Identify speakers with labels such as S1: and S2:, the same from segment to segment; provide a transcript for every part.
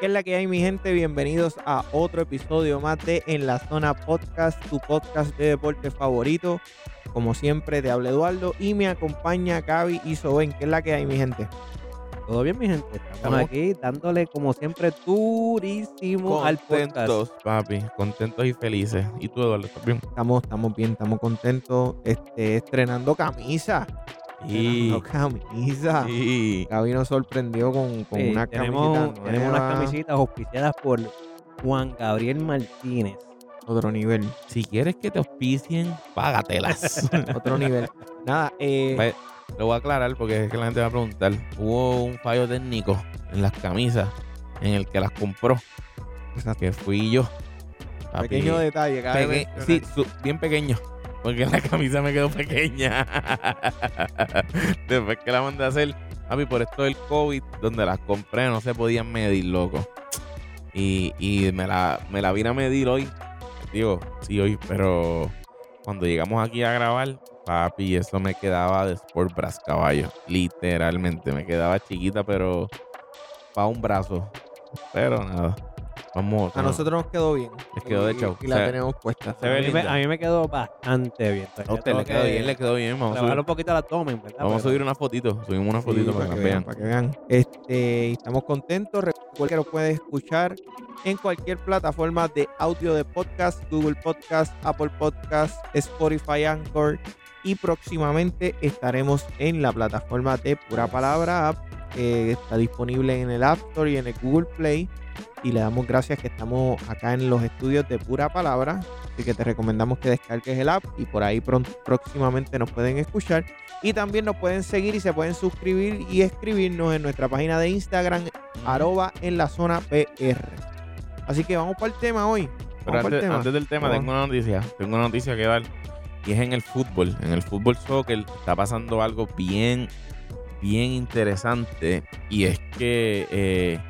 S1: ¿Qué es la que hay, mi gente? Bienvenidos a otro episodio más de En la Zona Podcast, tu podcast de deporte favorito. Como siempre, te habla Eduardo y me acompaña Gaby y Soben. ¿Qué es la que hay, mi gente?
S2: Todo bien, mi gente. Estamos
S1: Estamos-
S2: aquí dándole, como siempre, durísimo al podcast.
S3: Contentos, papi. Contentos y felices. ¿Y tú, Eduardo, estás bien?
S1: Estamos, estamos bien, estamos contentos. Este, estrenando camisa.
S3: Y,
S1: Estrenando camisa.
S3: y
S1: Gaby nos sorprendió con, con
S2: Sí,
S1: una
S2: tenemos,
S1: camisita
S2: tenemos
S1: nueva,
S2: unas camisitas auspiciadas por Juan Gabriel Martínez.
S1: Otro nivel,
S3: si quieres que te auspicien, págatelas.
S1: otro nivel. Nada, eh,
S3: Vaya, Lo voy a aclarar porque es que la gente va a preguntar. Hubo un fallo técnico en las camisas en el que las compró,
S1: exacto.
S3: que fui yo. Papi,
S1: pequeño detalle. Gaby.
S3: peque- sí, su- bien pequeño. Porque la camisa me quedó pequeña. Después que la mandé a hacer, papi, por esto del COVID, donde las compré, no se podían medir, loco. Y, y me, la, me la vine a medir hoy. Digo, sí, hoy, pero cuando llegamos aquí a grabar, papi, eso me quedaba de Sport Brass caballo. Literalmente, me quedaba chiquita, pero para un brazo. Pero nada. Vamos.
S1: A
S3: no.
S1: nosotros nos quedó bien.
S3: Les quedó de
S1: Y-
S3: show.
S1: Y la
S3: Se-
S1: tenemos puesta.
S3: se ve
S2: a, mí me,
S3: linda.
S2: a mí me quedó bastante bien. Todavía
S3: A usted
S2: tengo
S3: le quedó
S2: que
S3: bien, le quedó bien. Vamos a
S2: trabajar
S3: subir,
S2: un poquito el abdomen, ¿verdad?
S3: vamos a
S2: Pero-
S3: subir una fotito. Subimos una
S1: Sí,
S3: fotito para, que vean.
S1: para que vean. Este, y estamos contentos. Recuerda que lo puedes escuchar en cualquier plataforma de audio de podcast, Google Podcast, Apple Podcast, Spotify Anchor. Y próximamente estaremos en la plataforma de Pura Palabra App. que está disponible en el App Store y en el Google Play. Y le damos gracias que estamos acá en los estudios de Pura Palabra. Así que te recomendamos que descargues el app y por ahí pron- próximamente nos pueden escuchar. Y también nos pueden seguir y se pueden suscribir y escribirnos en nuestra página de Instagram, arroba en la zona PR. Así que vamos para el tema hoy.
S3: Pero
S1: Vamos pa'l
S3: antes,
S1: tema.
S3: antes del tema,
S1: Vamos.
S3: tengo una noticia. Tengo una noticia que dar. Y es en el fútbol. En el fútbol soccer está pasando algo bien, bien interesante. Y es que eh,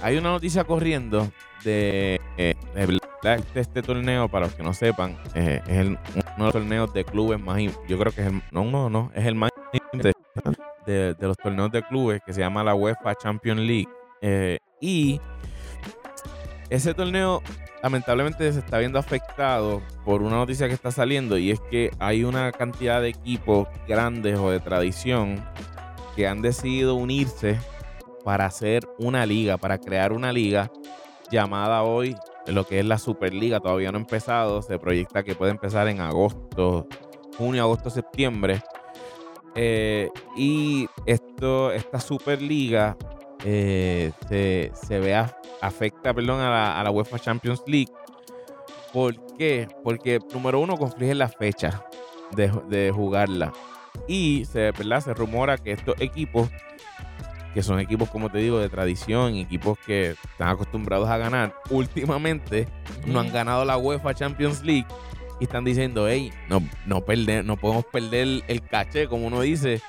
S3: hay una noticia corriendo de, eh, de verdad, este, este torneo, para los que no sepan, eh, es el- uno de los torneos de clubes más. im- Yo creo que es el. No, no, no. Es el más importante de, de los torneos de clubes que se llama la UEFA Champions League. Eh, y ese torneo lamentablemente se está viendo afectado por una noticia que está saliendo y es que hay una cantidad de equipos grandes o de tradición que han decidido unirse para hacer una liga, para crear una liga llamada hoy lo que es la Superliga, todavía no ha empezado, se proyecta que puede empezar en agosto, junio, agosto, septiembre. Eh, y esto, esta Superliga eh, se, se ve af- afecta perdón, a, la, a la UEFA Champions League. ¿Por qué? Porque, número uno, confligen las fechas de, de jugarla. Y se, ¿verdad? se rumora que estos equipos, que son equipos, como te digo, de tradición, equipos que están acostumbrados a ganar, últimamente no han ganado la UEFA Champions League y están diciendo, hey, no, no, perder, no podemos perder el caché, como uno dice,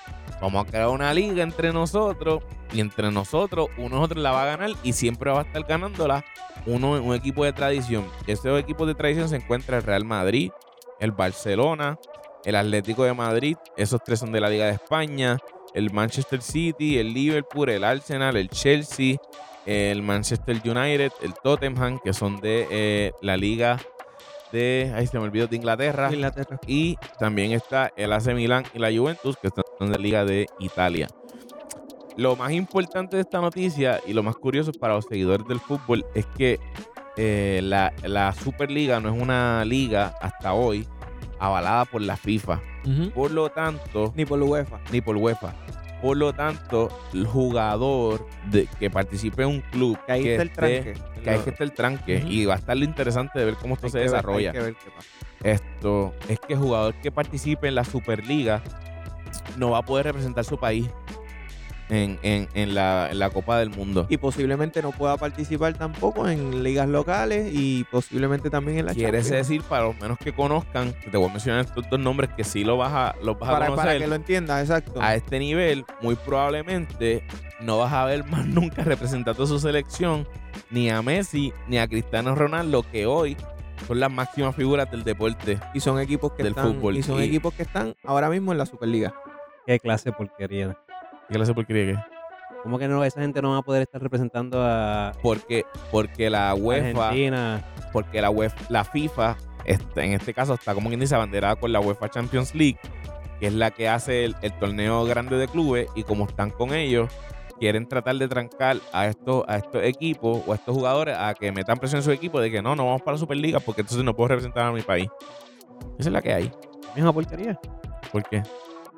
S3: vamos a crear una liga entre nosotros y entre nosotros uno otro la va a ganar y siempre va a estar ganándola uno, un equipo de tradición. Ese equipo de tradición se encuentra el Real Madrid, el Barcelona, el Atlético de Madrid, esos tres son de la Liga de España, el Manchester City, el Liverpool, el Arsenal, el Chelsea, el Manchester United, el Tottenham, que son de eh, la Liga de, ahí se me olvidó, de Inglaterra.
S1: Inglaterra.
S3: Y también está el AC Milan y la Juventus, que están en la Liga de Italia. Lo más importante de esta noticia y lo más curioso para los seguidores del fútbol es que eh, la, la Superliga no es una liga hasta hoy avalada por la FIFA. Por lo tanto,
S1: Ni por la UEFA.
S3: ni por UEFA. Por lo tanto, el jugador de, que participe en un club
S1: Que ahí
S3: que
S1: está el
S3: esté-
S1: tranque.
S3: que ahí es que está el tranque
S1: Ujú.
S3: y va a estar lo interesante de ver cómo esto
S1: Hay
S3: se
S1: que ver-
S3: desarrolla.
S1: hay que ver qué pasa.
S3: Esto es que el jugador que participe en la Superliga no va a poder representar su país en, en- en la, en la Copa del Mundo.
S1: Y posiblemente no pueda participar tampoco en ligas locales y posiblemente también en la
S3: Quiere
S1: Champions.
S3: decir, para los menos que conozcan, que te voy a mencionar estos dos nombres que sí lo vas a, los vas a
S1: para, para
S3: conocer.
S1: que lo entiendas, exacto.
S3: a este nivel, muy probablemente no vas a ver más nunca representando su selección ni a Messi ni a Cristiano Ronaldo, que hoy son las máximas figuras del deporte.
S1: Y son equipos que
S3: Del
S1: están,
S3: fútbol,
S1: y son
S3: y-
S1: equipos que están ahora mismo en la Superliga.
S2: Qué clase de porquería.
S3: ¿Qué clase de porquería que es?
S2: ¿Cómo que no? Esa gente no va a poder estar representando a
S3: Porque, porque la UEFA,
S2: Argentina.
S3: porque la UEFA, la FIFA, está- en este caso está como quien dice abanderada con la UEFA Champions League, que es la que hace el, el torneo grande de clubes, y como están con ellos, quieren tratar de trancar a estos, a estos equipos o a estos jugadores a que metan presión en su equipo de que no, no vamos para la Superliga porque entonces no puedo representar a mi país. Esa es la que hay.
S2: Misma porquería.
S3: ¿Por qué?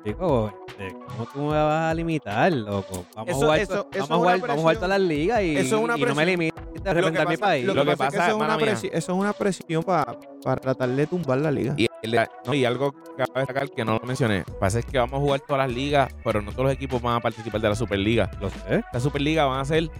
S2: Chico, este, ¿cómo tú me vas a limitar, loco? Vamos
S1: Eso-
S2: a jugar,
S1: eso-
S2: to-
S1: eso
S2: vamos a
S1: es una
S2: jugar, vamos a jugar
S1: presión.
S2: todas las ligas y,
S1: Eso es una
S2: y no me
S1: presión.
S2: limites a representar mi país.
S1: lo que
S3: Lo que
S1: pasa es que
S3: pasa,
S1: eso es una
S3: mano mía.
S1: presi- eso es una presión pa- para tratar de tumbar la liga.
S3: Y, el- no, y algo que acabo de destacar que no lo mencioné. Pasa es que vamos a jugar todas las ligas, pero no todos los equipos van a participar de la Superliga.
S2: Lo sé.
S3: La Superliga van a ser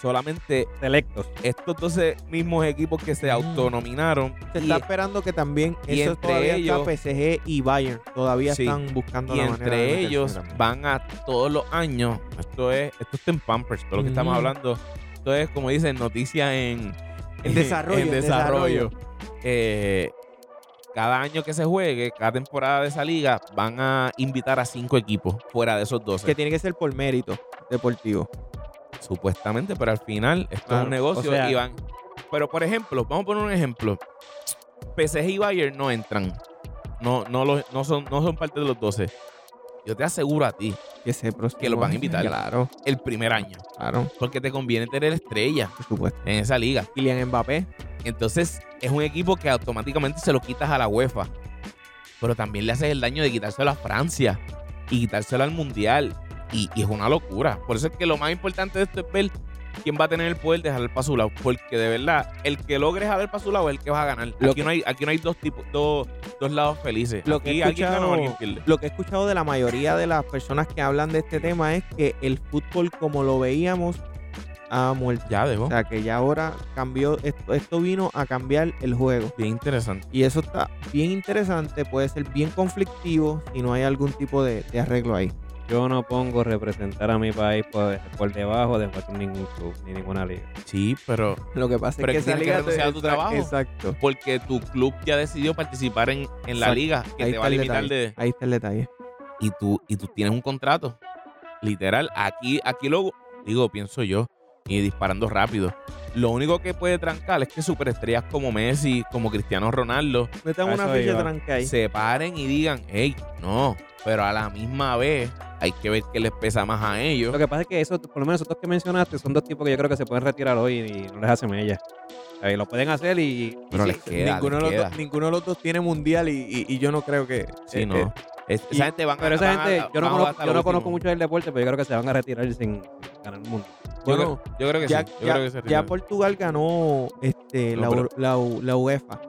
S3: solamente
S2: Selectos.
S3: estos 12 mismos equipos que se autonominaron.
S1: Mm. Se
S3: y-
S1: está esperando que también
S3: y
S1: eso
S3: entre
S1: todavía
S3: ellos-
S1: está PSG y Bayern. Todavía
S3: Sí.
S1: están buscando
S3: y
S1: la manera de
S3: entre
S1: meterse
S3: ellos
S1: también.
S3: van a todos los años. Esto es, esto está en Pampers, todo lo que estamos
S1: Ujú.
S3: hablando. Esto es, como dicen, noticia en,
S1: En desarrollo,
S3: en
S1: en
S3: desarrollo. Eh, cada año que se juegue, cada temporada de esa liga, van a invitar a cinco equipos fuera de esos 12.
S1: Que tiene que ser por mérito deportivo.
S3: Supuestamente, pero al final esto es
S1: Claro,
S3: un negocio
S2: o sea-
S3: y van. Pero por ejemplo, vamos a poner un ejemplo. PSG y Bayern no entran. No, no, los- no, son, no son parte de los 12. Yo te aseguro a ti,
S1: Que se próximo
S3: Que los van a
S1: año.
S3: invitar.
S1: Claro,
S3: el primer año,
S1: claro,
S3: porque te conviene tener estrella
S1: por supuesto.
S3: en esa liga.
S1: Kylian Mbappé.
S3: Entonces, es un equipo que automáticamente se lo quitas a la UEFA. Pero también le haces el daño de quitárselo a Francia y quitárselo al Mundial. Y, y es una locura. Por eso es que lo más importante de esto es ver quién va a tener el poder de jalar para su lado. Porque de verdad, el que logre jalar para su lado es el que va a ganar.
S1: Lo
S3: aquí, no hay, aquí no hay dos tipos, dos, dos lados felices.
S1: Lo que
S3: aquí
S1: he
S3: alguien gana o
S1: escuchado-
S3: alguien pierde.
S1: Lo que he escuchado de la mayoría de las personas que hablan de este tema es que el fútbol como lo veíamos ha muerto.
S3: Ya debo.
S1: O sea, que ya ahora cambió, esto, esto vino a cambiar el juego.
S3: Bien interesante.
S1: Y eso está bien interesante, puede ser bien conflictivo si no hay algún tipo de, de arreglo ahí.
S2: Yo no pongo representar a mi país por, por debajo de cualquier ningún club ni ninguna liga.
S3: Sí, pero
S1: Lo que pasa
S3: Pero
S1: es
S3: es
S1: que
S3: que
S1: esa
S3: tienes que
S1: liga te-
S3: renunciar a tu
S1: exact-
S3: trabajo.
S1: Exacto.
S3: porque tu club ya decidió participar en, en la
S1: Exacto.
S3: liga que
S1: Ahí
S3: te
S1: está
S3: va a
S1: el
S3: limitar de...
S1: Ahí está el detalle.
S3: y tú, y tú tienes un contrato. Literal, aquí, aquí lo digo, pienso yo, y disparando rápido. Lo único que puede trancar es que superestrellas como Messi, como Cristiano Ronaldo,
S1: Metan
S2: A
S1: una
S2: eso
S1: ficha
S2: iba.
S1: tranca ahí.
S3: se paren y digan, hey, no, pero a la misma vez hay que ver qué les pesa más a ellos.
S2: Lo que pasa es que esos, por lo menos esos dos que mencionaste, son dos tipos que yo creo que se pueden retirar hoy y no les hace mella. Ahí lo pueden hacer y.
S3: Pero les
S1: Sí,
S3: queda,
S1: ninguno,
S3: les
S1: de los
S3: queda.
S1: dos, ninguno de los dos tiene mundial y, y- y yo no creo que.
S3: Sí,
S1: eh,
S3: no.
S1: eh,
S3: Es-
S1: y-
S3: esa gente van a-
S2: Pero esa
S3: van a-
S2: gente, yo no,
S3: van a
S2: conozco,
S3: hasta
S2: yo
S3: lo
S2: no conozco
S3: último.
S2: mucho del deporte, pero yo creo que se van a retirar sin sin ganar el mundo.
S3: Yo,
S1: bueno,
S3: creo- yo creo que
S1: ya,
S3: sí. Yo
S1: ya-
S3: creo que se
S1: ya
S3: retiran.
S1: Portugal ganó este,
S3: No,
S1: la,
S3: pero-
S1: U- la U- la UEFA.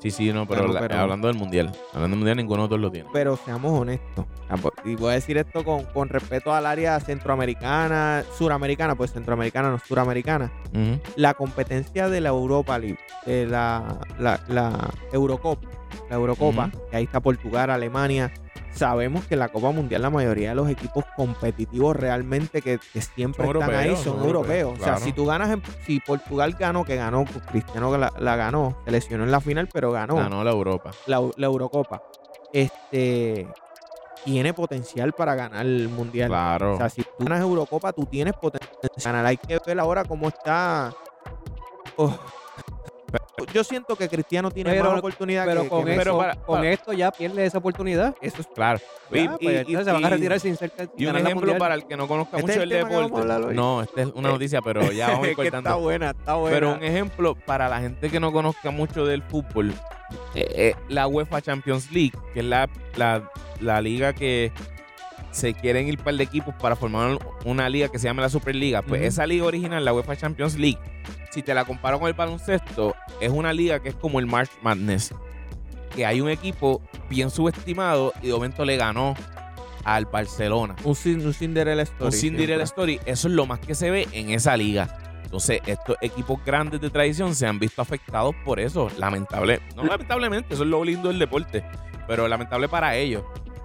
S3: Sí, sí, no, pero,
S1: Claro,
S3: la-
S1: pero-
S3: hablando del mundial. Hablando del mundial, ninguno de los dos lo tiene.
S1: Pero seamos honestos. a por- Y voy a decir esto con, con respeto al área centroamericana, suramericana, pues centroamericana, no suramericana.
S3: Ujú.
S1: La competencia de la Europa League, de la, la, la Eurocopa, la Eurocopa, que ahí está Portugal, Alemania. Sabemos que en la Copa Mundial la mayoría de los equipos competitivos realmente que, que siempre
S3: Son
S1: están ahí
S3: europeos,
S1: son
S3: son
S1: europeos.
S3: europeos,
S1: O sea,
S3: claro.
S1: si tú ganas, en- si Portugal ganó, que ganó, pues Cristiano la, la ganó, se lesionó en la final, pero
S3: Ganó la Europa.
S1: la, la Eurocopa, este tiene potencial para ganar el Mundial.
S3: Claro.
S1: O sea, si tú ganas Eurocopa, tú tienes potencial para ganar. Hay que ver ahora cómo está. Oh. Yo siento que Cristiano tiene
S2: Pero-
S1: más oportunidad
S2: Pero
S1: que,
S2: con
S1: que Messi.
S2: eso-
S3: para-
S2: con
S3: para-
S2: esto ya pierde esa oportunidad.
S3: Eso es claro. Y-
S2: Ya, pues,
S3: y-
S2: entonces
S3: y-
S2: se van a
S3: y-
S2: retirar sin ser
S3: Y un ejemplo para el que no conozca
S1: Este es
S3: mucho
S1: el
S3: el,
S1: tema que vamos a hablar
S3: deporte.
S1: hoy. Eh,
S3: No, esta es una noticia, pero ya vamos a ir
S1: Es que está
S3: cortando.
S1: buena, está buena.
S3: Pero un ejemplo para la gente que no conozca mucho del fútbol, eh, eh, la UEFA Champions League, que es la, la, la liga que se quieren ir par de equipos para formar una liga que se llama la Superliga. Pues
S1: Ujú.
S3: esa liga original, la UEFA Champions League, si te la comparo con el baloncesto, es una liga que es como el March Madness. Que hay un equipo bien subestimado y de momento le ganó al Barcelona
S1: un, Cin- un Cinderella Story.
S3: un Cinderella
S1: siempre.
S3: Story, eso es lo más que se ve en esa liga. Entonces, estos equipos grandes de tradición se han visto afectados por eso. Lamentable, no lamentablemente, eso es lo lindo del deporte, pero lamentable para ellos.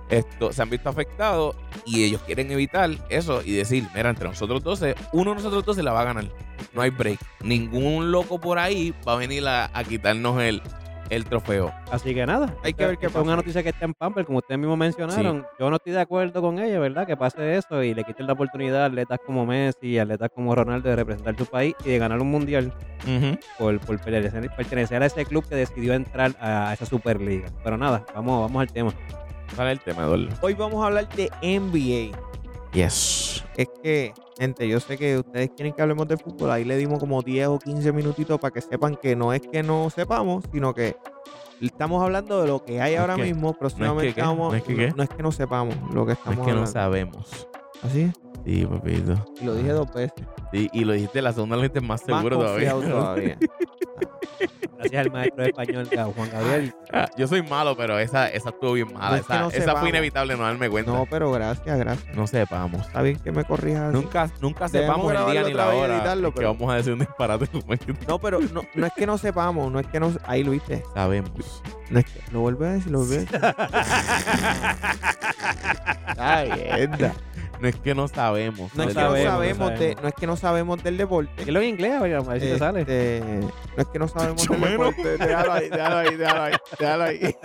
S3: Esto, se han visto afectados y ellos quieren evitar eso y decir, mira, entre nosotros 12, uno de nosotros 12 la va a ganar. No hay break. Ningún loco por ahí va a venir a, a quitarnos el, el trofeo.
S2: Así que nada.
S1: Hay que ver qué
S2: Esta Es una
S1: pasa.
S2: noticia que está en Pamper, como ustedes mismos mencionaron. Yo no estoy de acuerdo con ella, ¿verdad? Que pase eso y le quiten la oportunidad a atletas como Messi, a atletas como Ronaldo de representar su país y de ganar un mundial por, por pertenecer, pertenecer a ese club que decidió entrar a esa Superliga. Pero nada, vamos, vamos al tema.
S3: Sale el tema, Eduardo.
S1: Hoy vamos a hablar de NBA.
S3: Yes.
S1: Es que, gente, yo sé que ustedes quieren que hablemos de fútbol. Ahí le dimos como 10 o 15 minutitos para que sepan que no es que no sepamos, sino que estamos hablando de lo que hay
S3: No es
S1: ahora
S3: que-
S1: mismo. Próximamente
S3: qué,
S1: estamos-
S3: no es que qué.
S1: no es que no sepamos lo que estamos
S3: es que no
S1: hablando. ¿Ah,
S3: sabemos.
S1: Así es.
S3: Sí, papito.
S1: Y lo dije dos veces.
S3: Sí, y lo dijiste la segunda vez más seguro
S1: Más
S3: todavía.
S1: confiado todavía.
S2: Gracias al maestro de español, a Juan Gabriel.
S3: Ah, Yo soy malo, pero esa, esa estuvo bien mala.
S1: No es que
S3: esa
S1: no
S3: esa
S1: sepamos.
S3: fue inevitable no darme cuenta.
S1: No,
S3: No,
S1: pero gracias, gracias.
S3: sepamos.
S1: Está bien que me corrijas. así.
S3: Nunca, nunca
S1: Debemos
S3: sepamos el
S1: grabarlo
S3: día ni
S1: otra
S3: la
S1: vez y
S3: hora.
S1: editarlo,
S3: es que
S1: pero-
S3: vamos a decir un disparate como el que
S1: No, pero no, no es que no sepamos, no es que no. Ahí lo viste.
S3: sabemos.
S1: No es que, lo vuelve a decir, lo vuelve a decir. Ay, anda.
S3: No es que no sabemos.
S1: No es que no
S2: No sabemos, no
S1: sabemos de-
S2: sabemos.
S1: no es que no sabemos del deporte.
S2: ¿Qué lo en inglés? A ver, a ver si te sale.
S1: Este, no es que no sabemos del
S3: Chumeno.
S1: deporte. Déjalo ahí, déjalo ahí, déjalo ahí, déjalo ahí.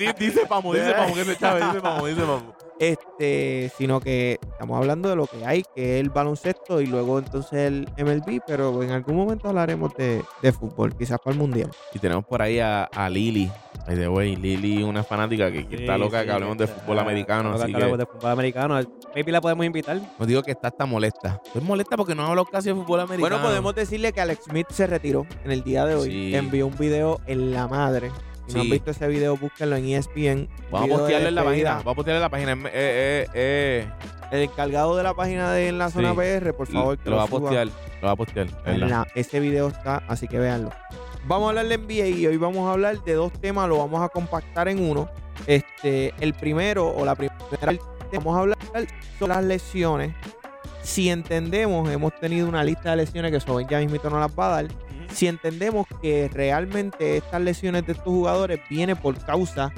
S3: Di- Dice pamo, dice pamo que se chave, dice pamo, dice pamo.
S1: Este, sino que estamos hablando de lo que hay, que es el baloncesto y luego entonces el MLB, pero en algún momento hablaremos de, de fútbol, quizás para el mundial.
S3: Y tenemos por ahí a, a Lili. Ay, de wey, Lili, una fanática que, que está
S2: Sí,
S3: loca
S2: sí,
S3: que hablemos de
S2: está-
S3: fútbol americano.
S2: loca
S3: Así
S2: que
S3: que
S2: hablemos de fútbol americano. Maybe la podemos invitar.
S3: os digo que está hasta molesta. Es molesta porque no hablo casi de fútbol americano.
S1: Bueno, podemos decirle que Alex Smith se retiró en el día de hoy.
S3: Sí.
S1: Envió un video en la madre. Si no
S3: Sí.
S1: han visto ese video, búsquenlo en E ESPN. Video
S3: Vamos a
S1: de
S3: postearle en la
S1: despedida.
S3: página. Vamos a postearle en la página. Eh, eh, eh.
S1: El encargado de la página de En la Zona
S3: Sí.
S1: PR, por favor, que
S3: lo, va a
S1: suba.
S3: postear. Lo va a postear. ¿verdad?
S1: La- ese video está, así que véanlo. Vamos a hablar de NBA y hoy vamos a hablar de dos temas, lo vamos a compactar en uno. Este, el primero o la primera parte que vamos a hablar son las lesiones. Si entendemos, hemos tenido una lista de lesiones que Soben ya mismito no las va a dar. Si entendemos que realmente estas lesiones de estos jugadores viene por causa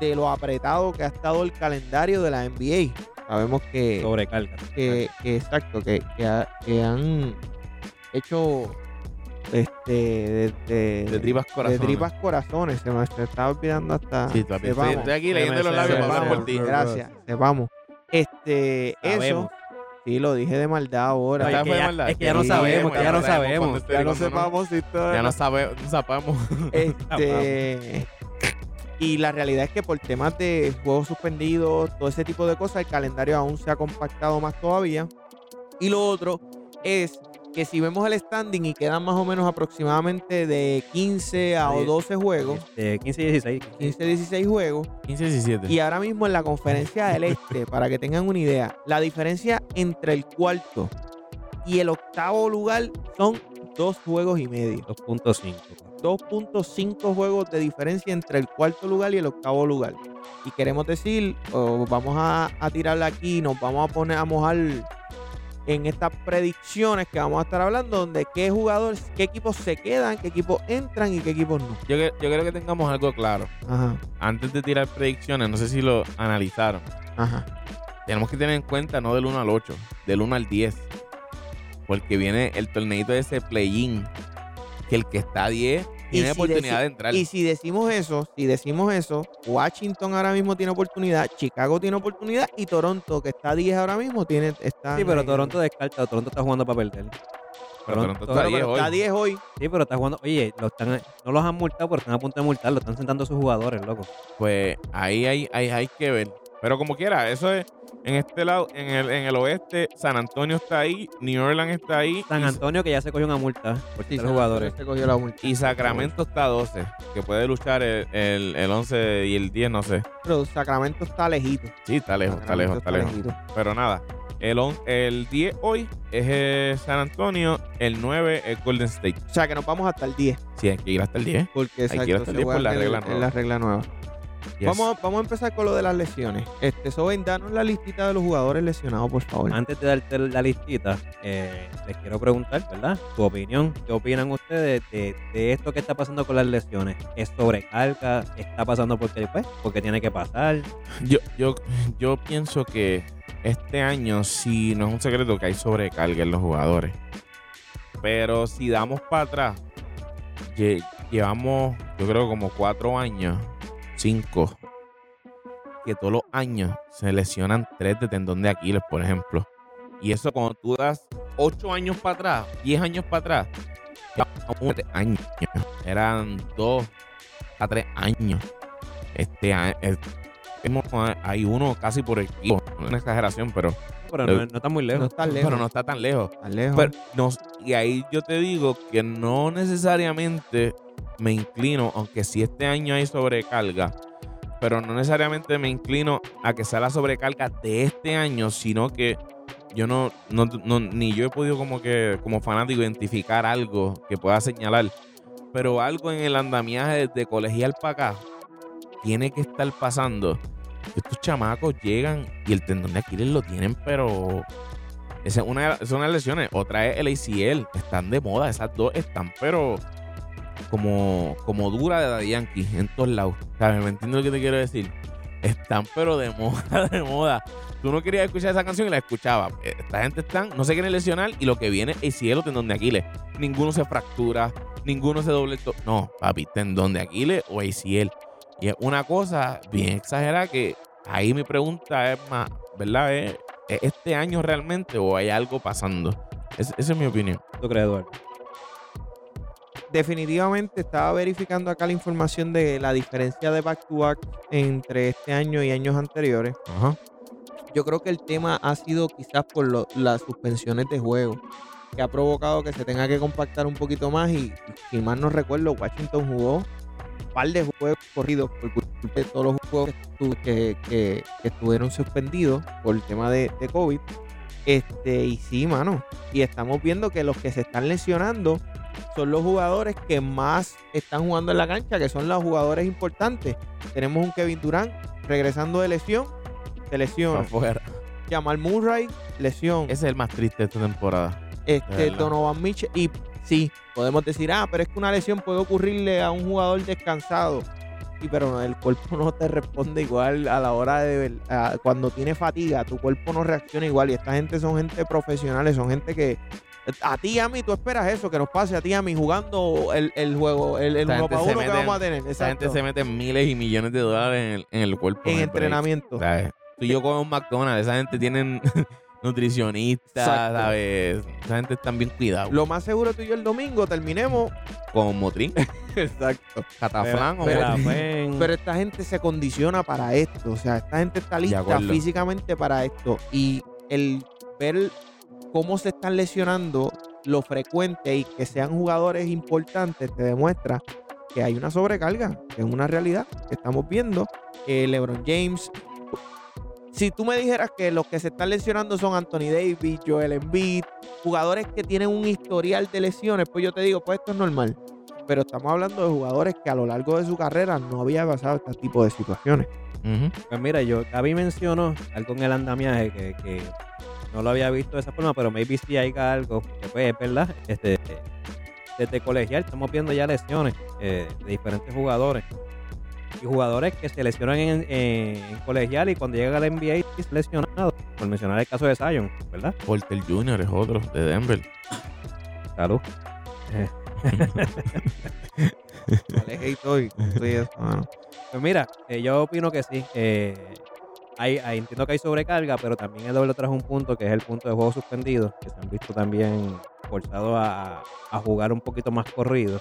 S1: de lo apretado que ha estado el calendario de la NBA. Sabemos que
S2: Sobrecarga.
S1: que, Eh, que exacto, que, que, ha- que han hecho este de, de-
S3: De tripas
S1: de
S3: corazón.
S1: tripas corazones. Se me se me estaba olvidando hasta.
S3: Sí, también. Estoy,
S1: sepamos,
S3: estoy aquí leyendo los
S2: Sí,
S3: labios.
S2: sí,
S3: para
S2: sí,
S3: hablar por ti.
S2: sí.
S1: Gracias, sepamos. Este, eso,
S2: Sabemos.
S1: sí, lo dije de maldad ahora.
S2: Ay,
S3: Esta
S2: que
S3: fue
S2: ya-
S3: maldad.
S2: es que ya no
S3: Sí, pues,
S1: sabemos,
S3: bueno,
S1: ya no
S2: sabemos.
S3: cuándo
S1: ya
S3: estoy,
S1: no
S3: cuándo
S1: sepamos si todo
S3: este Ya no sabe- no sabemos.
S2: Ah,
S1: Este. Y la realidad es que por temas de juegos suspendidos, todo ese tipo de cosas, el calendario aún se ha compactado más todavía. Y lo otro es que si vemos el standing y quedan más o menos aproximadamente de 15 a
S2: Ahí-
S1: 12 juegos,
S2: Este, 15 y 16.
S1: 15, 16 juegos,
S3: 15, 17.
S1: y ahora mismo en la conferencia del este, para que tengan una idea, la diferencia entre el cuarto y el octavo lugar son dos juegos y medio.
S2: 2.5.
S1: 2.5 juegos de diferencia entre el cuarto lugar y el octavo lugar. Y queremos decir, o vamos a, a tirarla aquí, nos vamos a poner a mojar en estas predicciones que vamos a estar hablando, donde qué jugadores, qué equipos se quedan, qué equipos entran y qué equipos no.
S3: Yo, que- yo creo que tengamos algo claro.
S1: Ajá,
S3: Antes de tirar predicciones, no sé si lo analizaron.
S1: ajá.
S3: Tenemos que tener en cuenta no del 1 al 8, del 1 al 10. Porque viene el torneito de ese play-in. Que el que está a 10 tiene
S1: si
S3: oportunidad
S1: deci-
S3: de entrar.
S1: Y si decimos eso, si decimos eso, Washington ahora mismo tiene oportunidad, Chicago tiene oportunidad y Toronto, que está a 10 ahora mismo, tiene está
S2: Sí, pero Toronto descarta. Toronto está jugando para perder.
S3: Pero Toronto está a
S2: Toronto-
S3: 10 hoy.
S1: está a 10 hoy.
S2: Sí, pero está jugando. Oye, lo están, no los han multado, pero están a punto de multarlo. Están sentando a sus jugadores, loco.
S3: Pues ahí hay, hay, hay que ver. Pero como quiera, eso es en este lado, en el, en el oeste, San Antonio está ahí, New Orleans está ahí
S2: San
S3: y,
S2: Antonio, que ya se cogió una multa por
S1: Sí,
S2: quitar jugadores.
S1: se cogió la multa.
S3: y Sacramento está a 12, que puede luchar el, el, el 11 y el 10, no sé.
S1: Pero Sacramento está lejito.
S3: Sí, está lejos, está lejos, está lejos. Pero nada, el, on- el 10 hoy es eh, San Antonio, el 9 es Golden State.
S1: O sea que nos vamos hasta el 10.
S3: Sí, hay que ir hasta el 10.
S1: Porque
S3: que ir hasta el
S1: se
S3: 10 por
S1: juega
S3: la
S1: en el-
S3: regla
S1: en
S3: nueva.
S1: la regla nueva.
S3: Yes.
S1: Vamos, vamos a empezar con lo de las lesiones. Este, Soben, danos la listita de los jugadores lesionados, por favor.
S2: Antes de darte la listita, eh, les quiero preguntar, ¿verdad? Tu opinión. ¿Qué opinan ustedes de, de esto que está pasando con las lesiones? ¿Es sobrecarga? ¿Está pasando porque, pues, porque tiene que pasar?
S3: Yo, yo, yo pienso que este año sí no es un secreto que hay sobrecarga en los jugadores. Pero si damos para atrás, ye- llevamos, yo creo, como cuatro años, cinco, que todos los años se lesionan tres de tendón de Aquiles, por ejemplo. Y eso cuando tú das ocho años para atrás, diez años para atrás, años. Eran dos a tres años. Este, es- hemos- eh, hay uno casi por el equipo. Una exageración, pero,
S2: Pero no, no está muy
S1: No
S2: lejos.
S1: está lejos.
S3: pero no está tan lejos.
S1: está lejos.
S3: Pero nos- y ahí yo te digo que no necesariamente me inclino, aunque si este año hay sobrecarga, pero no necesariamente me inclino a que sea la sobrecarga de este año, sino que yo no, no, no- ni yo he podido como que como fanático identificar algo que pueda señalar, pero algo en el andamiaje desde colegial para acá tiene que estar pasando. Estos chamacos llegan y el tendón de Aquiles lo tienen, pero esa es una, de las- son las lesiones. Otra es el ACL. Están de moda. Esas dos están, pero como, como dura de Daddy Yankee en todos lados. ¿Sabes? ¿Me entiendes lo que te quiero decir? Están, pero de moda, de moda. Tú no querías escuchar esa canción y la escuchabas. Eh, Esta gente están, no se quieren lesionar y lo que viene es ACL o tendón de Aquiles. Ninguno se fractura, ninguno se doble. to- No, papi, tendón de Aquiles o ACL. Y es una cosa bien exagerada que ahí mi pregunta es más, ¿verdad? Es, ¿Es este año realmente o hay algo pasando? Es- esa es mi opinión.
S2: ¿Tú crees, Eduardo?
S1: definitivamente estaba verificando acá la información de la diferencia de back to back entre este año y años anteriores.
S3: Ajá.
S1: Yo creo que el tema ha sido quizás por lo- las suspensiones de juego, que ha provocado que se tenga que compactar un poquito más y si mal no recuerdo, Washington jugó un par de juegos corridos por culpa de todos los juegos que, estu- que- que- que estuvieron suspendidos por el tema de, de COVID. Este, y sí, mano. Y estamos viendo que los que se están lesionando son los jugadores que más están jugando en la cancha, que son los jugadores importantes. Tenemos un Kevin Durant regresando de lesión, se lesiona.
S3: Afuera.
S1: Jamal Murray, lesión.
S3: Ese es el más triste de esta temporada. de
S1: este
S3: verdad.
S1: Donovan Mitchell. Y sí, podemos decir, ah, pero es que una lesión puede ocurrirle a un jugador descansado. Sí, pero no, el cuerpo no te responde igual a la hora de ver- a- cuando tiene fatiga, tu cuerpo no reacciona igual. Y esta gente son gente profesionales, son gente que. A ti y a mí, tú esperas eso, que nos pase a ti y a mí jugando el, el juego, el, el
S3: Esta
S1: uno
S3: gente
S1: para
S3: se
S1: uno que
S3: mete en-
S1: vamos a tener.
S3: Esa
S1: exacto,
S3: gente se mete miles y millones de dólares en el, en el cuerpo.
S1: en
S3: el
S1: entrenamiento.
S3: break, ¿sabes? Tú y yo comemos un McDonald's. Esa gente tienen nutricionistas,
S1: Exacto.
S3: ¿sabes? Esa gente está bien cuidada.
S1: Lo más seguro tú y yo el domingo terminemos.
S3: Con Motrin,
S1: Exacto.
S3: Cataflán o
S1: Pero-
S3: Motrin.
S1: Pero esta gente se condiciona para esto. O sea, esta gente está lista
S3: acuerdo.
S1: físicamente para esto. Y el ver cómo se están lesionando, lo frecuente y que sean jugadores importantes, te demuestra que hay una sobrecarga, que es una realidad que estamos viendo. Eh, LeBron James. Si tú me dijeras que los que se están lesionando son Anthony Davis, Joel Embiid, jugadores que tienen un historial de lesiones, pues yo te digo, pues esto es normal pero estamos hablando de jugadores que a lo largo de su carrera no había pasado este tipo de situaciones.
S3: Ujú.
S2: Pues mira, yo, Gaby mencionó algo en el andamiaje que, que no lo había visto de esa forma, pero maybe sí hay algo, que pues es verdad, este, desde colegial estamos viendo ya lesiones eh, de diferentes jugadores. Y jugadores que se lesionan en, en- en colegial y cuando llegan al NBA es lesionado, por mencionar el caso de Zion, ¿verdad?
S3: Porter Jr. es otro de Denver.
S2: Salud.
S1: "Ah,
S2: Pues mira, eh, yo opino que sí. eh, hay, hay- entiendo que hay sobrecarga, pero también el doble trajo un punto que es el punto de juego suspendido, que se han visto también forzados a, a jugar un poquito más corrido.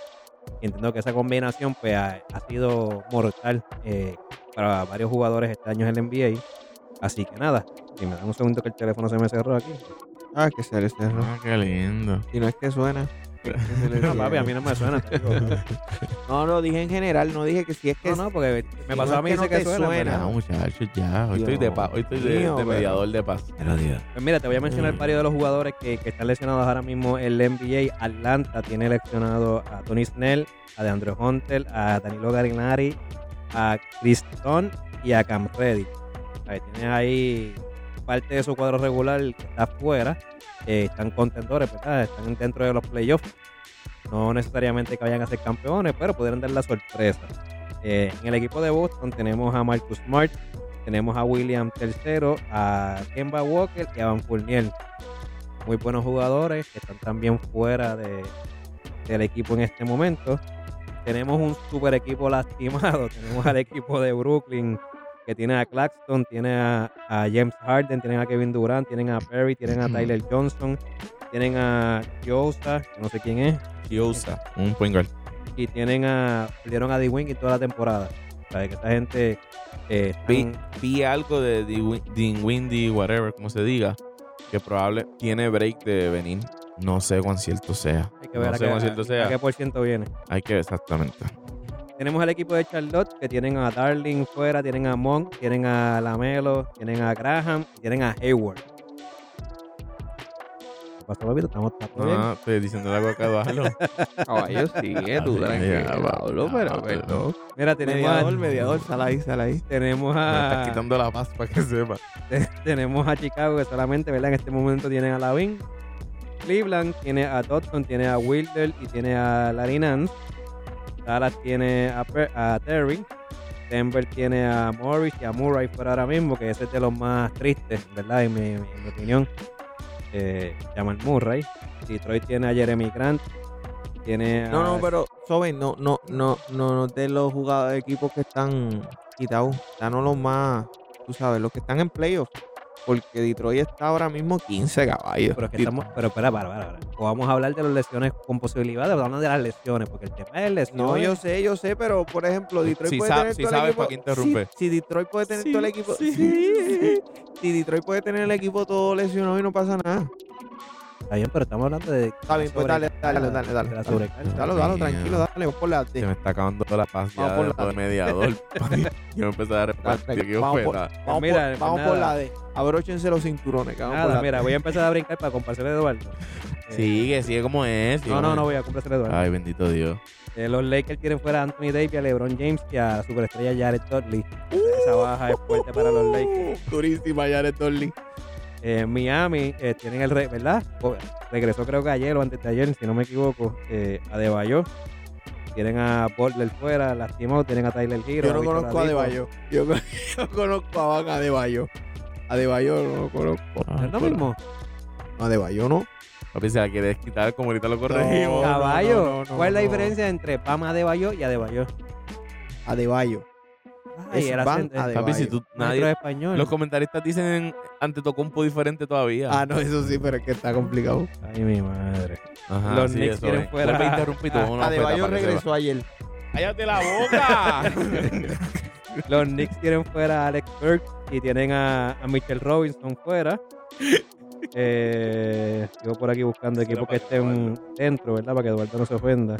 S2: Y entiendo que esa combinación pues, ha, ha sido mortal eh, para varios jugadores este año en el NBA. Así que nada, si me dan un segundo que el teléfono se me cerró aquí.
S1: Ah, que se les cerró.
S3: Ah, qué lindo.
S1: Si no es que suena. es que se les
S2: No, papi,
S1: cierra.
S2: a mí no me suena.
S1: No, no, dije en general, no dije que si es que
S2: No, no, porque me
S1: Si
S2: pasó
S1: no
S2: a mí
S1: es
S2: y
S1: que
S2: dice
S1: no
S2: que
S1: te
S2: suena.
S1: suena.
S2: mira.
S3: Ya, muchachos, ya. Hoy
S1: Dios
S3: estoy de paz. Hoy estoy de,
S1: mío,
S3: de
S1: pero-
S3: mediador de paz.
S2: Pues mira, te voy a mencionar
S3: Mm.
S2: varios de los jugadores que, que están lesionados ahora mismo en la NBA. Atlanta tiene lesionado a Tony Snell, a DeAndre Hunter, a Danilo Garinari, a Cristón y a Cam Reddy. Ahí tienes ahí parte de su cuadro regular que está afuera. Eh, están contendores, ¿verdad? Están dentro de los playoffs. No necesariamente que vayan a ser campeones, pero pudieran dar la sorpresa. Eh, en el equipo de Boston tenemos a Marcus Smart, tenemos a William III, a Kemba Walker y a Van Fournier. Muy buenos jugadores que están también fuera de, del equipo en este momento. tenemos un super equipo lastimado. Tenemos al equipo de Brooklyn que tiene a Claxton, tiene a, a James Harden, tienen a Kevin Durant, tienen a Perry, tienen a Tyler Johnson, tienen a Kiosa, que no sé quién es,
S3: Kiosa, un point guard.
S2: y tienen a perdieron a D-Wing toda la temporada. O sea, que esta gente eh,
S3: Vi,
S2: están-
S3: vi algo de Dewin- Dinwiddie, whatever, como se diga, que probable tiene break de venir. No sé cuán cierto sea.
S2: hay que ver
S3: no
S2: a,
S3: sé
S2: qué,
S3: cuán cierto
S2: a-
S3: sea.
S2: a qué por ciento viene.
S3: Hay que ver exactamente.
S2: Tenemos al equipo de Charlotte, que tienen a Darling fuera, tienen a Monk, tienen a Lamelo, tienen a Graham, y tienen a Hayward. ¿Qué pasó, papito? Estamos está todo bien.
S3: No, Ah, estoy diciendo algo acá, bájalo.
S4: Caballo,
S1: eh,
S4: sigue tú,
S3: Ay,
S4: tranquilo.
S3: ya, va,
S4: Pablo,
S3: ya,
S4: pero
S3: va,
S4: perdón.
S2: Mira, tenemos
S1: Mediador,
S2: a,
S1: mediador, sal ahí, sal ahí.
S2: tenemos
S3: Me estás
S2: a,
S3: quitando la paz para que sepa.
S2: tenemos a Chicago, que solamente, ¿verdad? En este momento tienen a Lavin. Cleveland tiene a Dodson, tiene a Wilder y tiene a Larry Nance. Dallas tiene a, Per- a Terry. Denver tiene a Morris y a Murray por ahora mismo, que ese es de los más tristes, ¿verdad? En mi, en mi opinión. Eh, Jamal Murray. Detroit tiene a Jeremy Grant. Tiene
S1: No,
S2: a
S1: no, pero Soben, no, no, no, no, no de los jugadores, equipos que están quitados, danos los más, tú sabes, los que están en playoffs. Porque Detroit está ahora mismo 15 caballos.
S2: Pero es que estamos. Pero espera, para, para, para. O vamos a hablar de las lesiones con posibilidades, o hablando de las lesiones, porque el tema es lesiones.
S1: No, eh. yo sé, yo sé, pero por ejemplo, Detroit
S3: Si
S1: puede
S3: sab-
S1: tener
S3: si
S1: todo el
S3: sabes
S1: equipo.
S3: pa' qué interrumpe.
S1: Si, si Detroit puede tener
S3: Sí,
S1: todo el equipo.
S3: sí,
S1: sí. Si Detroit puede tener el equipo todo lesionado y no pasa nada.
S2: Está bien, pero estamos hablando de.
S1: Está bien, pues dale, dale, dale, dale.
S2: de la
S1: Dale,
S2: sobrecarga.
S1: dale, dale,
S3: Mía.
S1: tranquilo, dale, vamos por la
S3: Se me está acabando la paz
S1: Vamos
S3: ya
S1: por
S3: de,
S1: la-
S3: de mediador. Yo empecé a repartir aquí
S1: Vamos por-
S3: fuera.
S1: Vamos,
S2: Mira,
S1: por,
S2: pues
S1: vamos por
S2: nada.
S1: la D. Abróchense los cinturones, cabrón.
S2: Nada, mira, voy a empezar a brincar para complacer a Eduardo. Eh,
S3: Sigue, sigue como es. sigue
S2: No, no,
S3: como
S2: no
S3: es.
S2: voy a complacer a Eduardo.
S3: Ay, bendito Dios.
S2: Eh, los Lakers tienen fuera a Anthony Davis, a LeBron James y a la superestrella Jared Dudley. Esa baja es fuerte para los Lakers.
S1: Durísima, Jared Dudley.
S2: Eh, Miami eh, tienen el re- ¿verdad? O- regresó creo que ayer o antes de ayer, si no me equivoco, eh, a De Bayo. Tienen a Butler fuera, lastimado, tienen a Tyler Hero.
S1: Yo no
S2: Víctor
S1: conozco a
S2: Oladipo.
S1: De Bayo. Yo, con- yo conozco a Van Adebayo. Adebayo no lo conozco.
S2: ¿No es lo mismo?
S1: No, Adebayo no.
S3: Papi, se la quieres quitar como ahorita lo corregimos.
S1: no,
S2: Caballo.
S1: no, no,
S2: ¿Cuál es la
S1: no.
S2: diferencia entre Pama De Bayo y a De Bayo?
S1: Adebayo.
S2: Ay,
S1: Es
S2: el
S1: Van
S2: acento-
S1: Adebayo.
S3: Papi, si tú
S2: Maestro
S3: nadie.
S2: español.
S3: Los comentaristas dicen ante Tocumpo diferente todavía.
S1: Ah, no, eso sí, pero es que está complicado.
S2: Ay, mi madre.
S3: Ajá,
S2: los
S3: sí,
S2: Knicks
S3: eso
S2: quieren
S3: es.
S2: fuera- Ah,
S3: Vuelve a interrumpir tu
S1: pues,
S3: una oferta para pues, que se
S1: ayer.
S3: va. ¡Cállate la boca!
S2: Los Knicks tienen fuera a Alex Burke y tienen a, a Mitchell Robinson fuera. Eh, sigo por aquí buscando equipos que
S3: para que
S2: estén dentro, ¿verdad? Para que Eduardo no se ofenda.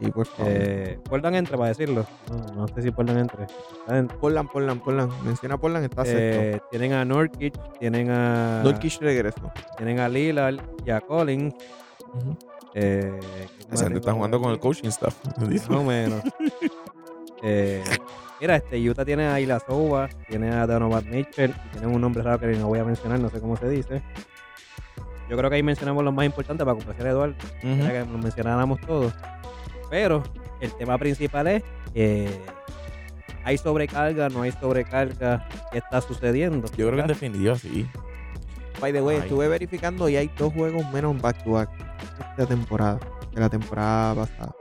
S1: Sí, por favor.
S2: Eh, Portland entra para decirlo. No, no sé si Portland entre. Está dentro.
S1: Portland, Portland, Portland. Menciona Portland, está sexto.
S2: Eh, tienen a Nurkic, tienen a
S1: Nurkic regresó.
S2: tienen a Lillard y a Collins.
S1: Ujú.
S2: Eh, ¿qué más
S3: Esa gente está
S2: tengo
S3: jugando
S2: por
S3: con el
S2: aquí?
S3: coaching staff.
S2: Más o menos. Eh, mira, este Utah tiene a Isla Soba, tiene a Donovan Mitchell, y tienen un nombre raro que no voy a mencionar, no sé cómo se dice. Yo creo que ahí mencionamos los más importantes para complacer a Eduardo, para que los mencionáramos todos. Pero el tema principal es que hay sobrecarga, no hay sobrecarga, ¿qué está sucediendo?
S3: Yo creo que en definitiva sí.
S1: By the way,
S3: Ay.
S1: estuve verificando y hay dos juegos menos back to back esta temporada que la temporada pasada.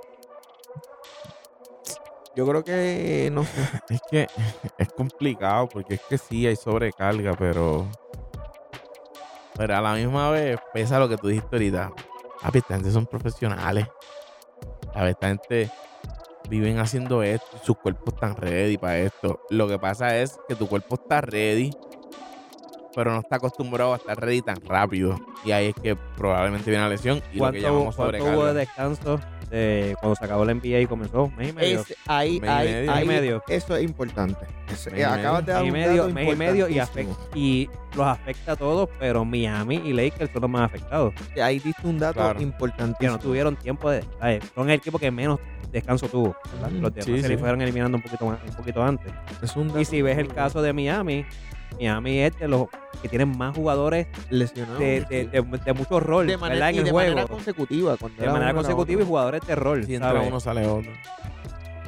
S1: Yo creo que no sé.
S3: Es que es complicado porque es que sí hay sobrecarga, pero. Pero a la misma vez pesa lo que tú dijiste ahorita. Papi, esta gente son profesionales. A ver, esta gente viven haciendo esto. y Sus cuerpos están ready para esto. Lo que pasa es que tu cuerpo está ready, pero no está acostumbrado a estar ready tan rápido. Y ahí es que probablemente viene la lesión y lo que
S2: ¿Cuánto,
S3: llamamos
S2: cuánto hubo de
S3: sobrecarga.
S2: descanso de cuando se acabó la NBA y comenzó? Mes y medio.
S1: Es- ahí,
S3: Mes y
S1: ahí,
S3: medio.
S1: ahí-
S2: Mes y medio.
S1: Eso es importante. Eso-
S3: Mes y
S1: acabas de dar
S2: mes y
S1: un
S2: medio,
S1: dato
S2: mes y medio y,
S1: importantísimo.
S2: afect- y los afecta a todos, pero Miami y Lakers son los más afectados.
S1: Ahí diste un dato
S3: Claro.
S2: Que no
S1: importantísimo.
S2: tuvieron tiempo de. ay, Son el equipo que menos descanso tuvo. ¿verdad?
S1: Mm,
S2: Los demás
S3: sí,
S2: se
S3: sí.
S2: le fueron eliminando un poquito, más- un poquito antes.
S1: Es un dato
S2: Y si ves el
S1: muy
S2: caso de Miami, Miami es de los que tienen más jugadores
S1: lesionado.
S2: de, de, de- de muchos roles
S1: De manera,
S2: ¿verdad? en
S1: y
S2: el
S1: de
S2: juego.
S1: manera consecutiva. Cuando
S2: de
S1: era
S2: manera
S1: uno, era
S2: consecutiva y
S1: otro.
S2: jugadores de rol.
S3: Si entra
S2: ¿sabes?
S3: uno, sale otro.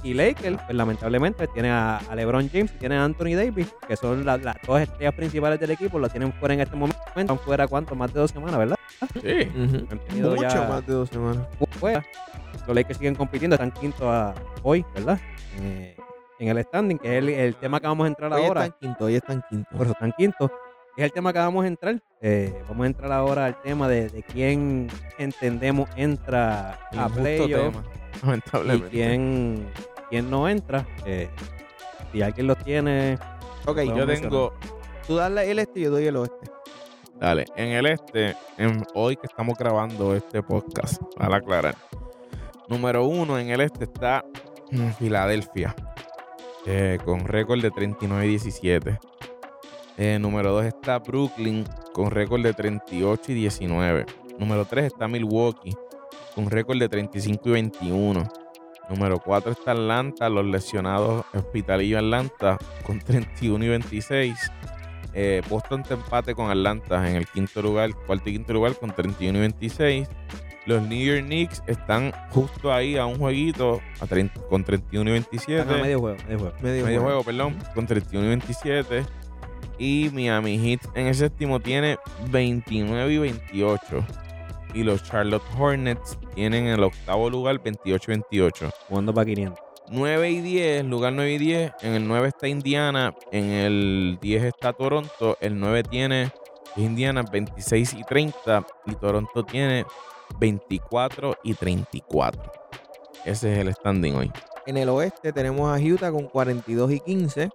S2: Y Lakers, pues, lamentablemente, tiene a, a LeBron James, tiene a Anthony Davis, que son la- las dos estrellas principales del equipo, lo tienen fuera en este momento. Están fuera, ¿cuánto? Más de dos semanas, ¿verdad?
S3: Sí.
S1: Ujú.
S2: Han tenido
S1: Mucho
S2: ya-
S1: más de dos semanas.
S2: fuera. los Lakers siguen compitiendo, están quinto a hoy, ¿verdad? Eh, en el standing, que es el, el tema que vamos a entrar
S1: Hoy
S2: ahora.
S1: están quinto, hoy están quinto.
S2: Por eso están quinto. Es el tema que vamos a entrar. Eh, vamos a entrar ahora al tema de, de quién entendemos entra a
S3: Injusto
S2: playoff
S3: tema,
S2: y
S3: lamentablemente.
S2: quién, quién no entra. Eh, si alguien los tiene,
S1: Ok,
S2: Bueno.
S3: Yo tengo,
S1: tú dale el este y yo doy el oeste.
S3: dale, en el este, en- hoy que estamos grabando este podcast, para aclarar. Número uno en el este está mm, Filadelfia, eh, con récord de 39 y 17. Eh, número dos está Brooklyn, con récord de 38 y 19. Número 3 está Milwaukee, con récord de 35 y 21. Número 4 está Atlanta, los lesionados Hospitalillo Atlanta, con 31 y 26. Eh, Boston te empate con Atlanta en el quinto lugar, cuarto y quinto lugar con 31 y 26. Los New York Knicks están justo ahí a un jueguito a 30 con 31 y 27.
S2: están a medio juego, medio juego.
S1: Medio,
S3: Medio
S1: juego.
S3: juego, perdón, con 31 y 27. Y Miami Heat en el séptimo tiene 29 y 28. Y los Charlotte Hornets tienen en el octavo lugar 28 y 28.
S2: Jugando para 500.
S3: 9 y 10, lugar 9 y 10. En el 9 está Indiana, en el 10 está Toronto, el 9 tiene Indiana 26 y 30 y Toronto tiene 24 y 34. Ese es el standing hoy.
S1: En el oeste tenemos a Utah con 42 y 15.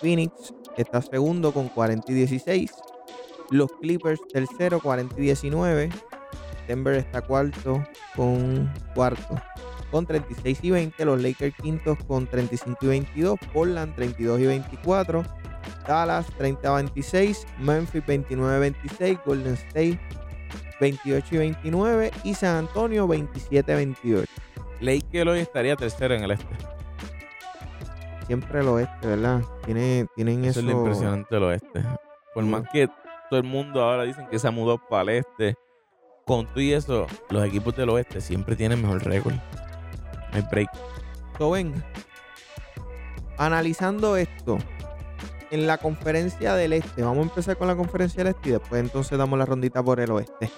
S1: Phoenix está segundo con 40 y 16. Los Clippers tercero, 40 y 19. Denver está cuarto con cuarto con 36 y 20. Los Lakers quintos con 35 y 22. Portland 32 y 24. Dallas 30 a 26. Memphis 29 a 26. Golden State 28 y 29. Y San Antonio 27 a 28.
S3: Lakers hoy estaría tercero en el este.
S1: siempre el oeste, ¿verdad? Tiene, tienen eso.
S3: Eso es lo impresionante del oeste. Por
S1: Sí.
S3: más que todo el mundo ahora dicen que se ha mudado para el este, con todo y eso, los equipos del oeste siempre tienen mejor récord. No hay break.
S1: So, ven, analizando esto, en la conferencia del este, vamos a empezar con la conferencia del este y después entonces damos la rondita por el oeste.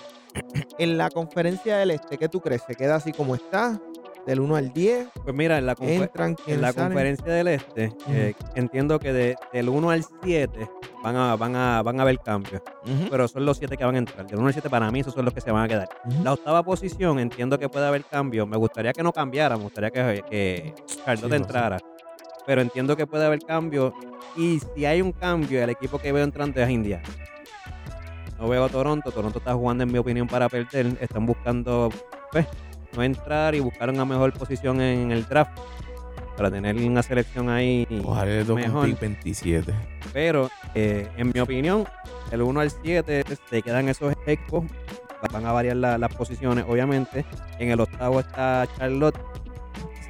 S1: En la conferencia del este, ¿qué tú crees? ¿Se queda así como está? Del 1 al 10,
S2: Pues mira, en la, confer-
S1: entran, quién
S2: en la
S1: sale?
S2: conferencia del este, eh, entiendo que de- del 1 al 7 van a, van a, van a haber cambios. Pero son los 7 que van a entrar. Del 1 al 7 para mí esos son los que se van a quedar.
S1: Ujú.
S2: La octava posición, entiendo que puede haber cambios. Me gustaría que no cambiara, me gustaría que, que Charlotte
S3: Sí, no,
S2: entrara. Pero entiendo que puede haber cambios. Y si hay un cambio, el equipo que veo entrando es India. No veo a Toronto. Toronto está jugando, en mi opinión, para perder. Están buscando pues, no entrar y buscar una mejor posición en el draft. Para tener una selección ahí.
S3: Ojalá le toque un
S2: Mejor.
S3: pick 27.
S2: Pero, eh, en mi opinión, el 1 al 7 se quedan esos ecos. Van a variar la- las posiciones, obviamente. En el octavo está Charlotte.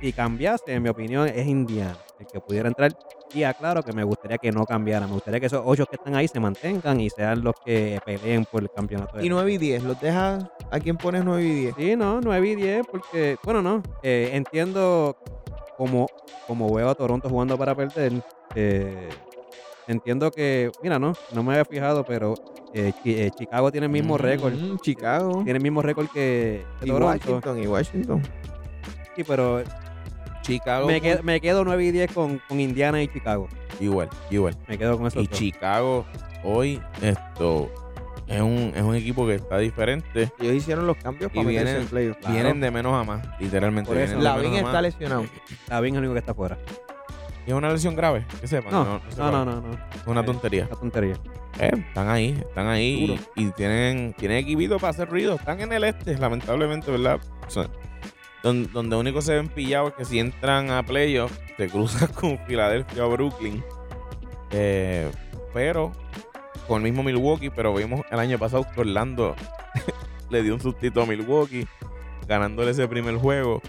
S2: Si cambiase, en mi opinión, es Indiana el que pudiera entrar. Y aclaro que me gustaría que no cambiara. Me gustaría que esos ocho que están ahí se mantengan y sean los que peleen por el campeonato.
S1: Y 9 y 10, ¿los dejas? ¿A quién pones 9 y 10?
S2: Sí, no, 9 y 10, porque, bueno, no, eh, entiendo como, como veo a Toronto jugando para perder, eh, entiendo que, mira, no, no me había fijado, pero eh, Chi- eh, Chicago tiene el mismo
S3: Mm.
S2: récord,
S1: Mm, Chicago.
S2: tiene el mismo récord que, que
S1: Y
S2: Toronto,
S1: Washington, y Washington.
S2: sí, pero
S3: Chicago.
S2: me, qued- me quedo 9 y 10 con, con Indiana y Chicago,
S3: Igual, igual.
S2: me quedo con esos
S3: Y
S2: dos.
S3: Chicago hoy, esto, es un, es un equipo que está diferente.
S1: Ellos hicieron los cambios
S3: Y
S1: para meterse
S3: vienen-
S1: en playoff.
S2: Claro.
S3: Vienen de menos a más, literalmente.
S2: Por eso.
S3: vienen de
S1: Lavin
S3: menos a
S1: está
S3: más.
S1: lesionado.
S2: Está bien el único que está fuera.
S3: Y es una lesión grave, que sepan.
S2: No,
S3: se
S2: No,
S3: va.
S2: no, no, no,
S3: Es una tontería.
S2: la tontería.
S3: Eh, están ahí, están ahí y, y tienen, tienen equipito para hacer ruido. Están en el este, lamentablemente, ¿verdad? O sea, don- donde único se ven pillados es que si entran a playoff, se cruzan con Filadelfia o Brooklyn. Eh, pero con el mismo Milwaukee, pero vimos el año pasado que Orlando le dio un sustito a Milwaukee, ganándole ese primer juego,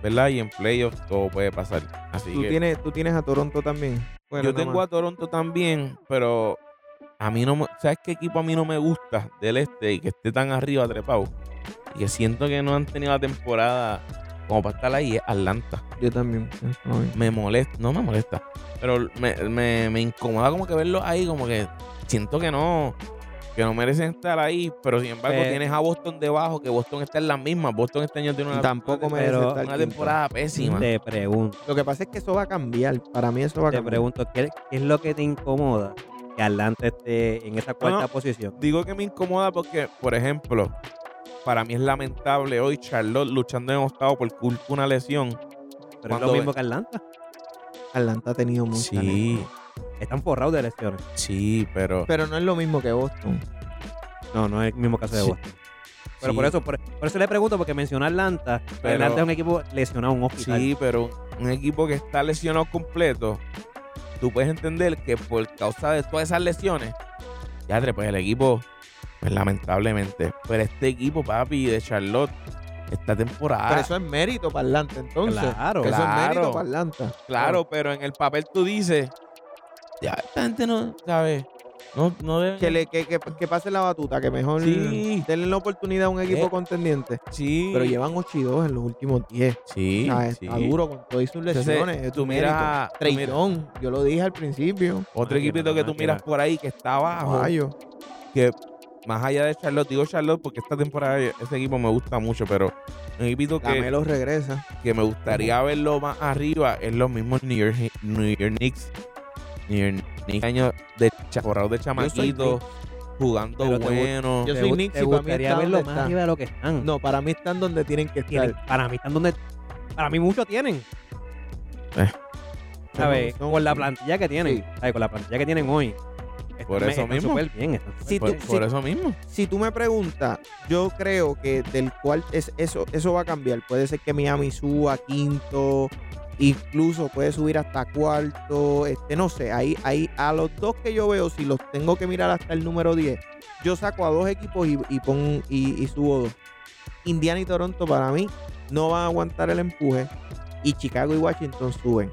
S3: ¿verdad? Y en playoff todo puede pasar. Así
S1: Tú
S3: que
S1: tienes, tú tienes a Toronto también. Bueno,
S3: yo
S1: nada
S3: tengo
S1: más.
S3: a Toronto también, pero a mí no me, ¿sabes qué equipo a mí no me gusta del este y que esté tan arriba trepado? Y que siento que no han tenido la temporada como para estar ahí, es Atlanta.
S1: Yo también. eh, pienso lo mismo.
S3: Me molesta, no me molesta, pero me, me- me incomoda como que verlo ahí, como que siento que no, que no merecen estar ahí, pero sin embargo
S1: Eh.
S2: Pero-
S3: tienes a Boston debajo, que Boston está en las mismas. Boston este año tiene una,
S1: Tampoco
S3: una,
S1: merece
S2: pero-
S1: estar
S3: una
S1: quinto.
S3: temporada pésima.
S2: Te pregunto,
S1: Lo que pasa es que eso va a cambiar. Para mí eso va a
S2: te
S1: cambiar.
S2: pregunto, ¿qué, qué es lo que te incomoda que Atlanta esté en esa cuarta
S3: no.
S2: posición?
S3: Digo que me incomoda porque, por ejemplo, para mí es lamentable hoy Charlotte luchando en octavo por culpa de una lesión.
S2: Pero es
S3: ¿Cuándo
S2: lo mismo
S3: ves?
S2: que Atlanta.
S1: Atlanta ha tenido mucha
S3: Sí,
S2: Están forrados de lesiones.
S3: sí, pero.
S1: Pero no es lo mismo que Boston.
S2: No, no es el mismo caso de
S3: Sí.
S2: Boston. Pero
S3: sí,
S2: por eso, por, por eso le pregunto, porque mencionó Atlanta. pero
S3: Pero-
S2: Atlanta es un equipo lesionado, un hospital.
S3: Sí, pero un equipo que está lesionado completo, tú puedes entender que por causa de todas esas lesiones, ya pues el equipo, pues lamentablemente. Pero este equipo, papi, de Charlotte, esta temporada.
S1: Pero eso es mérito para Atlanta, entonces.
S2: Claro.
S1: Que Eso es mérito
S3: Ah. Claro.
S1: para Atlanta.
S3: Claro, pero en el papel tú dices, ya esta gente no, ¿sabes? No, no debe.
S1: Que, le, que, que, que pase la batuta, que mejor
S3: Sí.
S1: denle la oportunidad a un equipo
S3: Eh.
S1: contendiente.
S3: Sí.
S1: Pero llevan 8 y 2 en los últimos 10.
S3: Sí.
S1: O sea,
S3: sí.
S1: Está duro con todas sus
S3: Entonces,
S1: lesiones. es
S3: tú
S1: un mérito.
S3: miras- tú
S1: Trey
S3: miras-
S1: Young, yo lo dije al principio.
S3: Otro
S2: Máquina,
S3: equipito que tú
S2: máquina.
S3: miras por ahí que está abajo,
S1: Guayo.
S3: que más allá de Charlotte, digo Charlotte porque esta temporada ese equipo me gusta mucho, pero un equipito que,
S1: Camelo regresa.
S3: que me gustaría verlo más arriba es los mismos New York, New York Knicks. New York Knicks años de chacorrado de chamaquito, jugando
S2: Pero te gu-
S3: bueno.
S1: Yo
S2: Te
S1: soy
S2: gu-
S1: Knicks
S2: te
S1: y para mí
S2: gustaría
S1: está
S2: verlo
S1: donde
S2: más
S1: está.
S2: arriba de lo que están.
S1: No, para mí están donde tienen que estar.
S2: Tienen- para mí están donde. Para mí mucho tienen.
S3: Eh.
S2: ¿Sabes?
S1: Son-
S2: Con la plantilla que tienen.
S1: Sí.
S2: ¿Sabes? Con la plantilla que tienen hoy.
S3: Por eso mismo.
S2: Súper bien. están súper
S1: Sí,
S3: por,
S1: tú-
S3: por eso mismo.
S1: Si tú me preguntas, yo creo que del cual es, eso, eso va a cambiar. Puede ser que Miami suba quinto, incluso puede subir hasta cuarto. Este, no sé, ahí, ahí a los dos que yo veo, si los tengo que mirar hasta el número 10, yo saco a dos equipos y, y, pon- y, y subo dos. Indiana y Toronto para mí no van a aguantar el empuje. Y Chicago y Washington suben.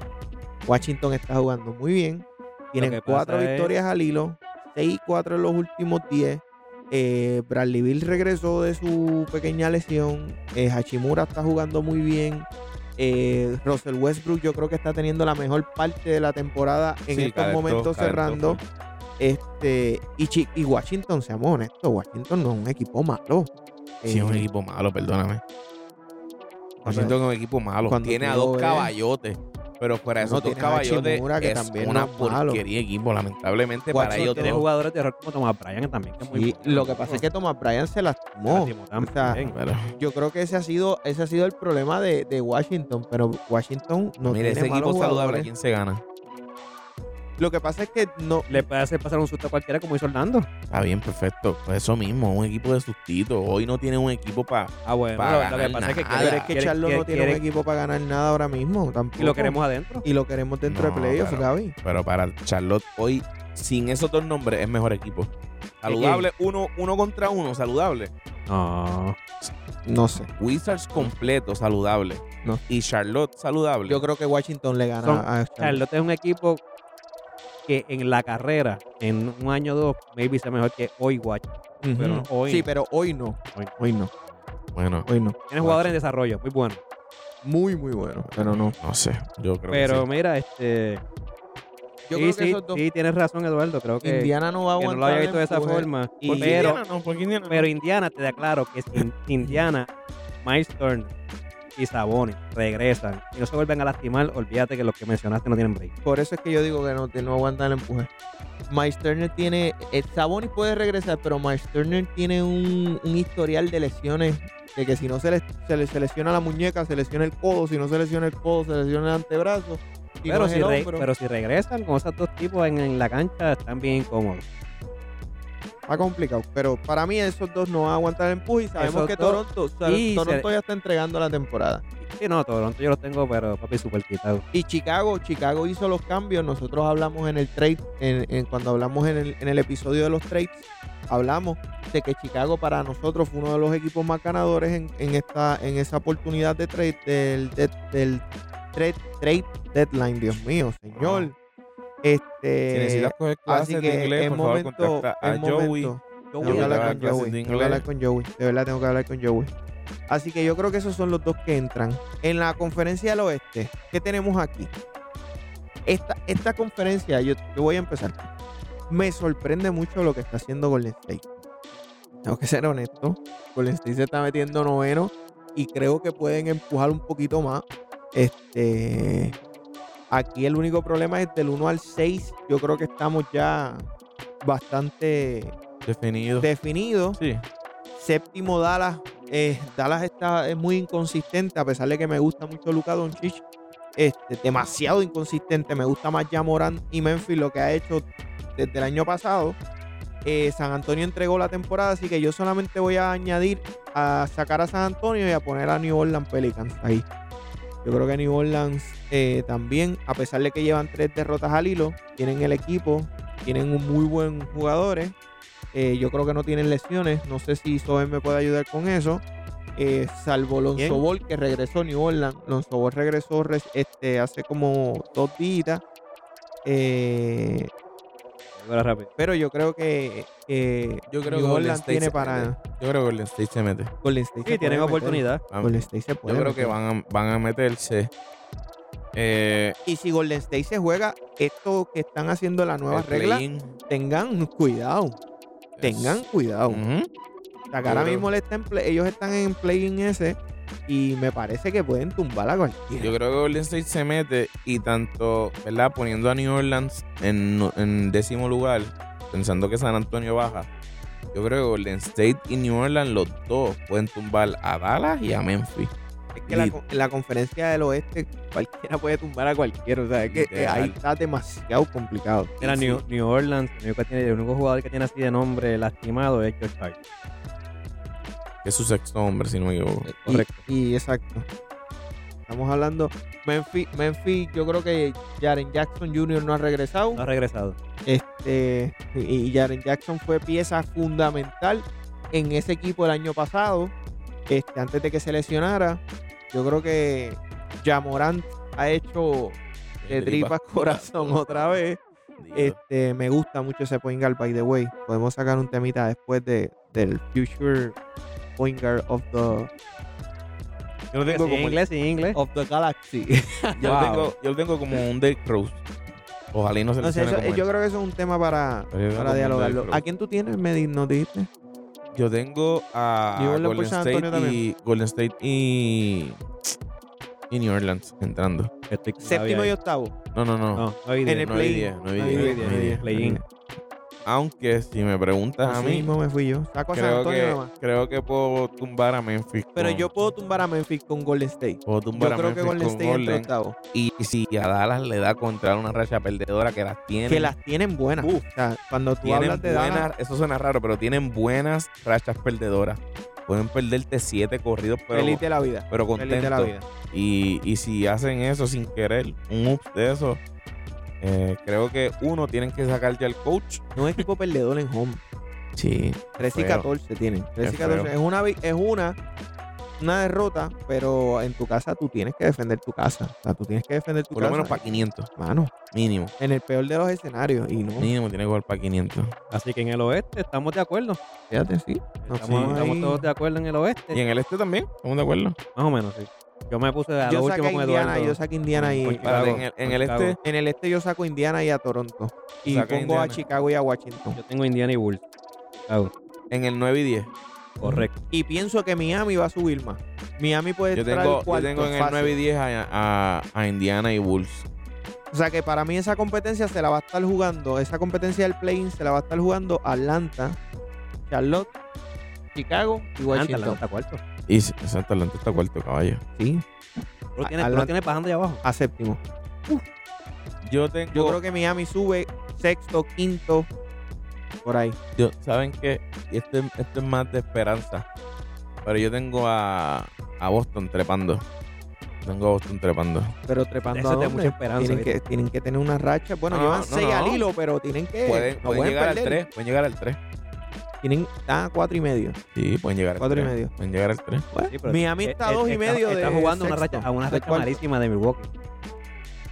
S1: Washington está jugando muy bien. Tienen
S2: que pasa
S1: cuatro
S2: es-
S1: victorias al hilo. 6 y 4 en los últimos 10. Eh, Bradley Bill regresó de su pequeña lesión. Eh, Hachimura está jugando muy bien. Eh, Russell Westbrook yo creo que está teniendo la mejor parte de la temporada en
S3: Sí,
S1: estos
S3: calentó,
S1: momentos
S3: calentó,
S1: cerrando.
S3: sí.
S1: Este, y, Chi- y Washington, seamos honestos, Washington no es un equipo malo.
S3: Sí, es un
S1: Eh,
S3: equipo malo, perdóname.
S1: pero-
S3: Me siento que es un equipo malo.
S1: Cuando
S3: tiene
S1: tú
S3: a
S1: lo
S3: dos
S1: ves-
S3: caballotes. Pero fuera de
S1: No,
S3: esos dos
S1: tienes a
S3: caballotes,
S1: Hachimura, que
S3: es
S1: también
S3: una
S1: no es malo.
S3: porquería de equipo, lamentablemente, para
S1: Watson
S3: ellos
S1: tiene
S2: Tiene
S3: dos.
S2: jugadores de error como Thomas Bryan también. Que es muy
S1: sí,
S2: bueno.
S1: lo que pasa es que Thomas Bryan se lastimó.
S2: Lástima también.
S1: o sea,
S3: Pero,
S1: Yo creo que ese ha sido, ese ha sido el problema de, de Washington, pero Washington no
S3: mira,
S1: tiene
S3: ese equipo
S1: malos
S3: saludable,
S1: jugadores.
S3: ¿quién se gana?
S1: Lo que pasa es que no,
S2: Le puede hacer pasar un susto a cualquiera como hizo Orlando.
S3: Está bien, perfecto. Pues eso mismo, un equipo de sustito. Hoy no tiene un equipo para.
S2: Ah, bueno.
S3: Para
S2: lo que
S3: ganar
S2: pasa es que
S3: nada.
S2: quiere-
S1: pero es que
S2: quiere-
S1: Charlo no
S2: quiere-
S1: tiene
S2: quiere-
S1: un equipo para ganar nada ahora mismo tampoco.
S2: Y lo queremos adentro.
S1: Y lo queremos dentro
S3: No,
S1: de playoffs,
S3: pero-
S1: Gaby.
S3: Pero para Charlotte, hoy, sin esos dos nombres, es mejor equipo. Saludable, uno, uno contra uno, saludable.
S2: No.
S1: No sé.
S3: Wizards completo, saludable.
S1: No.
S3: Y Charlotte, saludable.
S1: Yo creo que Washington le gana
S2: Son-
S1: a Charlotte.
S2: Charlotte es un equipo que en la carrera, en un año o dos, maybe sea mejor que hoy Watch.
S1: Ujú.
S2: pero hoy-
S1: Sí, pero hoy no.
S2: Hoy-
S1: Hoy no.
S3: Bueno,
S1: Hoy no.
S2: Tiene jugadores en desarrollo, muy bueno.
S1: Muy, muy bueno, pero no.
S3: no sé. Yo creo que
S2: Pero mira, este.
S1: Yo
S2: sí,
S1: creo que
S2: sí,
S1: esos dos.
S2: sí, tienes razón, Eduardo. Creo que,
S1: Indiana no va a
S2: que no
S1: aguantar.
S2: lo había visto de
S1: el
S2: esa
S1: empuje.
S2: forma.
S1: Y-
S2: pero,
S3: Indiana no, porque Indiana no.
S2: pero Indiana te da claro que sin sin Indiana, Miles Turner y Sabonis regresan y no se vuelven a lastimar, olvídate que los que mencionaste no tienen break.
S1: Por eso es que yo digo que no, que no aguantan el empuje. Miles Turner tiene. eh, Sabonis puede regresar, pero Miles Turner tiene un, un historial de lesiones. De que si no se le, se le- se lesiona la muñeca, se lesiona el codo. Si no se lesiona el codo, se lesiona el antebrazo. Si no
S2: Pero
S1: es
S2: si,
S1: el
S2: re-
S1: hombro.
S2: pero si regresan con esos dos tipos en, en la cancha, están bien cómodos.
S1: Está complicado. Pero para mí esos dos no van a aguantar el empuje. Y sabemos
S2: Esos
S1: que
S2: dos-
S1: Toronto, o sea,
S2: y se-
S1: Toronto ya está entregando la temporada.
S2: Sí, no, Toronto yo los tengo, pero papi, súper quitado.
S1: Y Chicago, Chicago hizo los cambios. Nosotros hablamos en el trade, en, en- cuando hablamos en el, en el episodio de los trades, hablamos de que Chicago para nosotros fue uno de los equipos más ganadores en, en esta, en esa oportunidad de trade, del, de- del trade, trade deadline. Dios mío, señor.
S3: Si
S1: Este,
S3: necesitas coger
S1: así
S3: clases de
S1: que
S3: inglés,
S1: es
S3: por
S1: momento,
S3: favor, contacta
S1: es
S3: a Joey.
S1: momento. Tengo
S2: Yo
S1: que
S3: Joey,
S1: hablar
S3: la
S1: con
S3: clase
S1: Joey.
S3: de
S1: Tengo que hablar
S3: inglés.
S1: con Joey. De verdad tengo que hablar con Joey. Así que yo creo que esos son los dos que entran. En la conferencia del oeste, ¿qué tenemos aquí? Esta, esta conferencia, yo, yo voy a empezar. me sorprende mucho lo que está haciendo Golden State. Tengo que ser honesto. Golden State se está metiendo noveno y creo que pueden empujar un poquito más. Este, aquí el único problema es del 1 al 6. Yo creo que estamos ya bastante
S3: Definido.
S1: definidos.
S3: sí.
S1: Séptimo Dallas. eh, Dallas está, es muy inconsistente, a pesar de que me gusta mucho Luka Doncic. Este, demasiado inconsistente. Me gusta más ya Morán y Memphis, lo que ha hecho desde el año pasado. Eh, San Antonio entregó la temporada, así que yo solamente voy a añadir a sacar a San Antonio y a poner a New Orleans Pelicans ahí. Yo creo que New Orleans eh, también, a pesar de que llevan tres derrotas al hilo, tienen el equipo, tienen un muy buen jugadores. Eh, yo creo que no tienen lesiones. No sé si Soben me puede ayudar con eso. Eh, salvo Lonzo
S3: ¿Quién?
S1: Ball, que regresó a New Orleans. Lonzo Ball regresó res- este, hace como dos días. Eh,
S2: Ahora rápido.
S1: pero yo creo que, que
S3: Yo creo
S1: New
S3: que Golden
S1: Orleans
S3: State
S1: tiene
S3: se
S1: para
S3: Yo creo que Golden State se mete.
S1: Golden State.
S2: Sí,
S1: se
S2: tienen
S1: puede meter.
S2: oportunidad.
S1: Golden State se
S3: Yo
S1: puede
S3: creo que
S1: meter.
S3: van a, van a meterse. Eh,
S1: Y si Golden State se juega, esto que están haciendo la nueva
S3: el
S1: regla,
S3: play-in
S1: tengan cuidado.
S3: es-
S1: Tengan cuidado.
S3: Ujú.
S1: O sea, que ahora
S3: Yo creo-
S1: mismo le está en play- ellos están en play-in ese y me parece que pueden tumbar a cualquiera.
S3: Yo creo que Golden State se mete y tanto, ¿verdad? Poniendo a New Orleans en, en décimo lugar, pensando que San Antonio baja. Yo creo que Golden State y New Orleans, los dos, pueden tumbar a Dallas y a Memphis.
S1: es que la,
S3: y-
S1: con- la conferencia del oeste, cualquiera puede tumbar a cualquiera. O sea, es que eh,
S3: Literal.
S1: ahí está demasiado complicado.
S2: Era New, New Orleans, el único, que tiene- el único jugador que tiene así de nombre lastimado es George Hart.
S3: Que es su sexto hombre, si no me equivoco.
S1: Y- Y, exacto. Estamos hablando. Memphis, Memphis, yo creo que Jaren Jackson Jr. no ha regresado.
S2: No ha regresado.
S1: Este, y y Jaren Jackson fue pieza fundamental en ese equipo el año pasado, este, antes de que se lesionara. Yo creo que Jamorant ha hecho
S3: eh,
S1: de tripas corazón otra vez. Este, me gusta mucho ese point guard, by the way. Podemos sacar un temita después de, del Future Point Guard of the,
S3: Yo lo tengo
S2: Sin
S3: como
S2: inglés, sin inglés.
S1: of the Galaxy.
S3: eh, Yo, lo
S2: Wow.
S3: tengo, yo lo tengo como un Derrick Rose. Ojalá y no se
S1: No sé,
S3: lesione
S1: eso- eh,
S3: como
S1: yo
S3: él.
S1: creo que eso es un tema para,
S3: Pero
S1: para
S3: yo tengo como un Derrick
S1: dialogarlo.
S3: Rose.
S1: ¿A quién tú tienes, Medi? ¿No dijiste?
S3: Yo tengo a
S1: New Orleans por
S3: Golden,
S1: San
S3: State
S1: Antonio
S3: y, Golden State y y New Orleans entrando.
S2: Estoy con
S1: Séptimo
S2: Gaby
S1: y
S2: ahí.
S1: octavo.
S3: No, no, no.
S2: No, no hay
S1: en
S2: idea.
S1: el
S3: no hay
S2: No,
S1: play-in.
S3: idea, no hay
S1: No hay
S3: idea,
S1: idea,
S3: no hay
S1: no hay
S3: idea.
S2: play-in.
S3: Aunque si me preguntas a
S1: Así
S3: mí,
S1: mismo me fui yo. Saco a Pues San
S3: creo
S1: Antonio
S3: que,
S1: nomás.
S3: creo que puedo tumbar a Memphis.
S1: Pero
S3: con-
S1: yo puedo tumbar a Memphis con Golden State.
S3: puedo
S1: Yo
S3: tumbar
S1: creo
S3: a
S1: que
S3: Memphis
S1: Golden
S3: con
S1: State entra
S3: Golden.
S1: octavo.
S3: Y si a Dallas le da contra una racha perdedora que las tiene.
S1: Que las tienen buenas.
S3: Uf.
S1: o sea, cuando tú
S3: tienen
S1: hablas de
S3: buenas,
S1: Dallas,
S3: eso suena raro, pero tienen buenas rachas perdedoras. Pueden perderte siete corridos, pero,
S1: feliz de la vida.
S3: pero
S1: Feliz de la
S3: contentos.
S1: vida.
S3: Y, y si hacen eso sin querer, un ups de eso, eh, creo que uno tienen que sacar ya al coach.
S1: No es equipo perdedor en home.
S3: Sí.
S1: 13 y
S3: Feo.
S1: 14 tienen. 13 y
S3: Es feo.
S1: 14. Es una, vi- es una, una derrota, pero en tu casa tú tienes que defender tu casa. O sea, tú tienes que defender tu
S3: Por lo
S1: casa.
S3: menos para 500,
S1: Mano,
S3: mínimo.
S1: en el peor de los escenarios. Y no,
S3: Mínimo tiene que jugar para 500.
S2: Así que en el oeste estamos de acuerdo.
S1: fíjate, sí. No,
S2: Estamos,
S1: sí.
S2: estamos todos de acuerdo en el oeste.
S3: Y en el este también, estamos de acuerdo.
S2: Más o menos, sí. Yo me puse a lo
S1: Yo saco
S2: último
S1: a
S2: con
S1: Indiana,
S2: Eduardo.
S1: yo saco a Indiana y...
S2: Con
S3: Para-
S2: Chicago,
S3: en el- en
S2: con
S3: el
S2: Chicago.
S3: este-
S1: En el este yo saco a Indiana y a Toronto. Y
S3: Saca a
S1: pongo a
S3: Indiana.
S1: Chicago y a Washington.
S2: Yo tengo Indiana y Bulls. Chicago.
S3: En el 9 y 10.
S2: Correcto.
S1: Y pienso que Miami va a subir más. Miami puede
S3: Yo
S1: entrar
S3: tengo,
S1: al
S3: yo
S1: cuarto
S3: tengo en el
S1: fácil.
S3: 9 y 10 a, a- a Indiana y Bulls.
S1: O sea que para mí esa competencia se la va a estar jugando. Esa competencia del play-in se la va a estar jugando Atlanta, Charlotte, Chicago y
S2: Atlanta,
S1: Washington.
S2: Atlanta, cuarto.
S3: Y s- o sea, Atlanta está cuarto, caballo.
S1: Sí,
S2: Tú lo tienes, tú lo
S1: Atlanta.
S2: tienes bajando ahí abajo.
S1: a séptimo.
S3: Yo tengo.
S1: Yo creo que Miami sube sexto, quinto, por ahí.
S3: yo- ¿Saben qué? Y Esto es- esto es más de esperanza. Pero yo tengo a, a Boston trepando. Tengo a Boston trepando.
S1: Pero trepando
S2: Eso
S1: a
S2: te da
S1: dónde?
S2: mucha esperanza,
S1: Tienen
S2: ¿viste?
S1: que, tienen que tener una racha. Bueno,
S3: No,
S1: llevan
S3: no,
S1: seis
S3: no.
S1: al hilo, pero tienen que.
S3: Pueden,
S1: no
S3: pueden llegar al
S1: perder.
S3: 3. Pueden llegar al 3.
S1: Tienen, están a cuatro y medio.
S3: Sí, pueden llegar al
S1: Cuatro y
S3: tres.
S1: medio.
S3: Pueden llegar al 3.
S1: Bueno,
S2: Sí, pero
S1: Miami
S2: eh,
S1: está a
S2: eh,
S1: dos y medio de.
S2: Está jugando una
S1: sexto,
S2: racha, a una
S1: de
S2: racha
S1: cuarto.
S2: malísima de Milwaukee.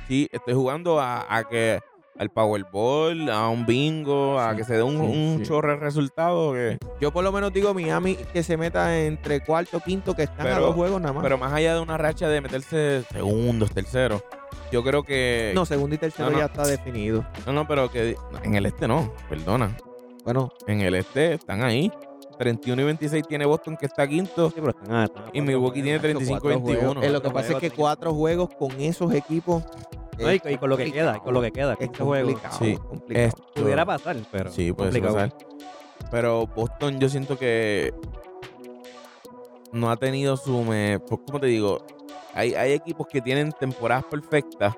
S3: Sí, estoy jugando a, a que al Powerball, a un bingo, a
S1: Sí,
S3: que se dé un,
S1: sí,
S3: un
S1: sí.
S3: chorro de resultados. que-
S1: Yo por lo menos digo Miami que se meta entre cuarto, quinto, que están a
S3: Pero-
S1: dos juegos nada más.
S3: Pero más allá de una racha de meterse segundos, terceros, yo creo que.
S1: No, segundo y tercero
S3: eh, No, no.
S1: ya está definido.
S3: No, no, pero que en el este no, perdona.
S1: Bueno,
S3: En el este están ahí. 31 y 26 tiene Boston que está quinto.
S2: pero están- ah, están-
S3: Y Milwaukee tiene
S1: Nacho,
S3: 35
S1: cuatro juegos.
S3: 21.
S1: Eh, lo que pasa es que cuatro juegos con esos equipos.
S3: Eh,
S2: No, y, y con lo que queda, y con lo que queda, con
S1: Es
S2: este juego.
S1: complicado.
S3: Sí.
S1: complicado.
S3: Esto-
S2: Pudiera pasar, pero.
S3: Sí, puede
S2: complicado.
S3: pasar. Pero Boston yo siento que no ha tenido su... Me... Pues, ¿Cómo te digo? Hay, hay equipos que tienen temporadas perfectas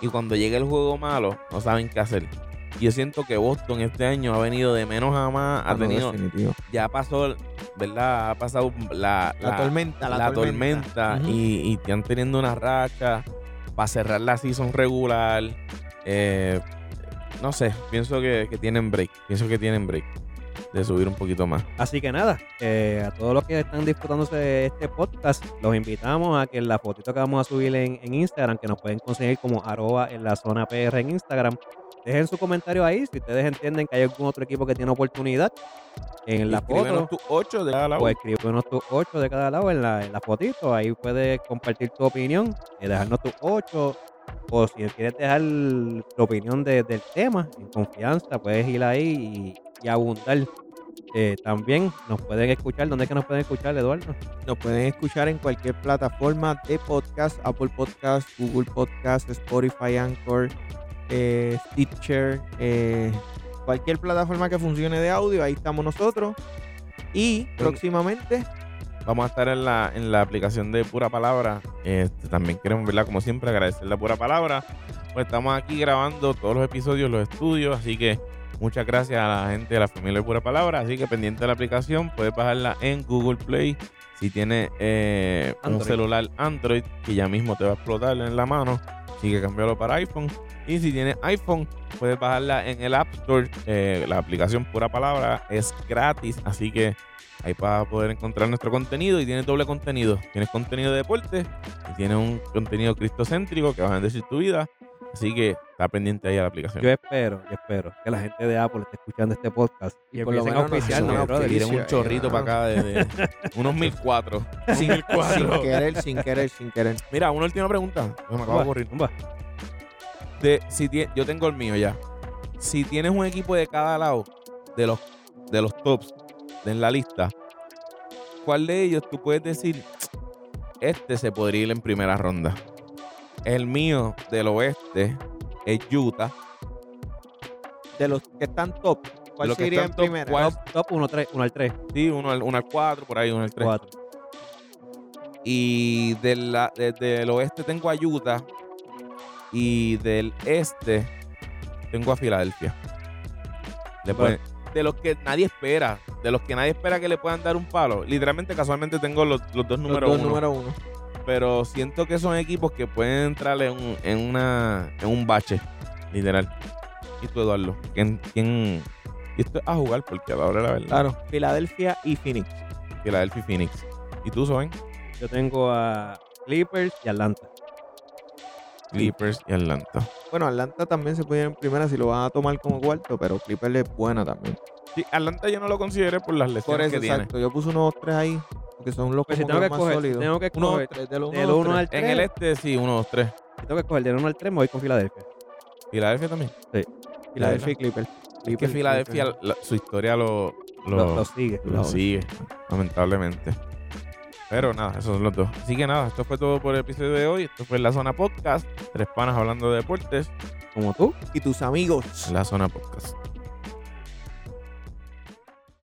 S3: y cuando llega el juego malo no saben qué hacer. Yo siento que Boston este año ha venido de menos a más, ha
S1: Ah, No,
S3: tenido,
S1: definitivo.
S3: ya pasó, ¿verdad? Ha pasado la,
S1: La,
S3: la-
S1: tormenta, la,
S3: la tormenta,
S1: Ujú.
S3: y, y están teniendo una racha para cerrar la season regular. Eh, no sé, pienso que, que tienen break. Pienso que tienen break de subir un poquito más.
S2: Así que nada, eh, a todos los que están disfrutándose este podcast, los invitamos a que la fotito que vamos a subir en, en Instagram, que nos pueden conseguir como arroba en la zona PR en Instagram, dejen su comentario ahí si ustedes entienden que hay algún otro equipo que tiene oportunidad en la foto.
S3: Escríbenos tus ocho de cada lado.
S2: O escríbenos pues tus 8 de cada lado en la, en la fotito. Ahí puedes compartir tu opinión, eh, dejarnos tus 8. O si quieres dejar tu opinión de- del tema en confianza, puedes ir ahí y, y abundar. Eh, también nos pueden escuchar. ¿Dónde es que nos pueden escuchar, Eduardo?
S1: Nos pueden escuchar en cualquier plataforma de podcast, Apple Podcast, Google Podcast, Spotify, Anchor, eh, Stitcher, eh, cualquier plataforma que funcione de audio, ahí estamos nosotros. Y próximamente,
S3: Vamos a estar en la, en la aplicación de Pura Palabra. Este, también queremos, ¿verdad? Como siempre, agradecer la Pura Palabra. Pues estamos aquí grabando todos los episodios, los estudios. Así que muchas gracias a la gente de la familia de Pura Palabra. Así que pendiente de la aplicación, puedes bajarla en Google Play. Si tienes eh, un
S2: Android.
S3: celular Android, que ya mismo te va a explotar en la mano. Así que cambiarlo para iPhone. Y si tienes iPhone, puedes bajarla en el App Store. Eh, la aplicación Pura Palabra es gratis. Así que Ahí para poder encontrar nuestro contenido y tiene doble contenido. Tienes contenido de deporte y tiene un contenido cristocéntrico que vas a decir tu vida. Así que está pendiente ahí a la aplicación.
S2: Yo espero, yo espero que la gente de Apple esté escuchando este podcast y,
S1: por lo
S2: empiecen a
S1: menos nos
S2: auspiciarnos,
S1: hagan una
S2: brother.
S1: auspicio.
S3: Tiren un chorrito para acá de, de unos 1004.
S1: sin, sin
S3: 1004.
S1: querer, sin querer, sin querer.
S3: Mira, una última pregunta. Me acabo de
S2: Zumba,
S3: ocurrir.
S2: zumba.
S3: De- si tie- yo tengo el mío ya. Si tienes un equipo de cada lado de los, de los tops de en la lista, ¿cuál de ellos tú puedes decir? Este se podría ir en primera ronda. El mío del oeste es Utah.
S1: De los que están top,
S3: De
S1: ¿cuál
S3: los que
S1: sería
S3: están
S1: en
S3: top,
S1: primera?
S3: ¿cuál?
S2: Top, top 1, 3, 1 al 3,
S3: Sí, uno al, uno al cuatro, por ahí uno al tres.
S2: 4.
S3: Y del, la- desde el oeste tengo a Utah. Y del este tengo a Filadelfia. Le
S2: Bueno.
S3: pueden- de los que nadie espera. De los que nadie espera que le puedan dar un palo. Literalmente, casualmente tengo los, los dos
S1: Los
S3: números
S1: dos
S3: uno.
S1: número uno.
S3: Pero siento que son equipos que pueden entrar en un, en una, en un bache. Literal. Y tú, Eduardo. ¿Quién, quién? Y esto es a jugar porque a la hora de la verdad.
S1: Claro, Filadelfia y Phoenix.
S3: Filadelfia y Phoenix. ¿Y tú, Soben?
S2: Yo tengo a Clippers y Atlanta.
S3: Clippers y Atlanta.
S1: Bueno, Atlanta también se puede ir en primera si lo van a tomar como cuarto, pero Clipper es buena también.
S3: Sí, Atlanta yo no lo consideré por las lesiones
S1: Por eso,
S3: que tiene.
S1: exacto. Yo puse unos tres ahí, porque son los
S2: Pues si
S1: como
S2: tengo
S1: que
S2: que
S1: más
S2: escoger, si
S1: sólidos.
S2: tengo que
S1: Uno,
S2: escoger
S1: tres, del uno,
S2: del 1 al 3.
S3: En el este, sí, uno, dos, tres.
S2: Si tengo que escoger del 1 al 3, me voy con Filadelfia.
S3: Filadelfia también.
S1: Filadelfia y Clipper.
S3: Es que
S1: Clipper,
S3: Filadelfia,
S1: Clipper.
S3: la- su historia lo, lo,
S2: Lo, lo sigue.
S3: lo sigue, lamentablemente. Pero nada, esos son los dos. Así que nada, esto fue todo por el episodio de hoy. Esto fue La Zona Podcast. Tres panas hablando de deportes.
S2: Como tú.
S1: Y tus amigos.
S3: La Zona Podcast.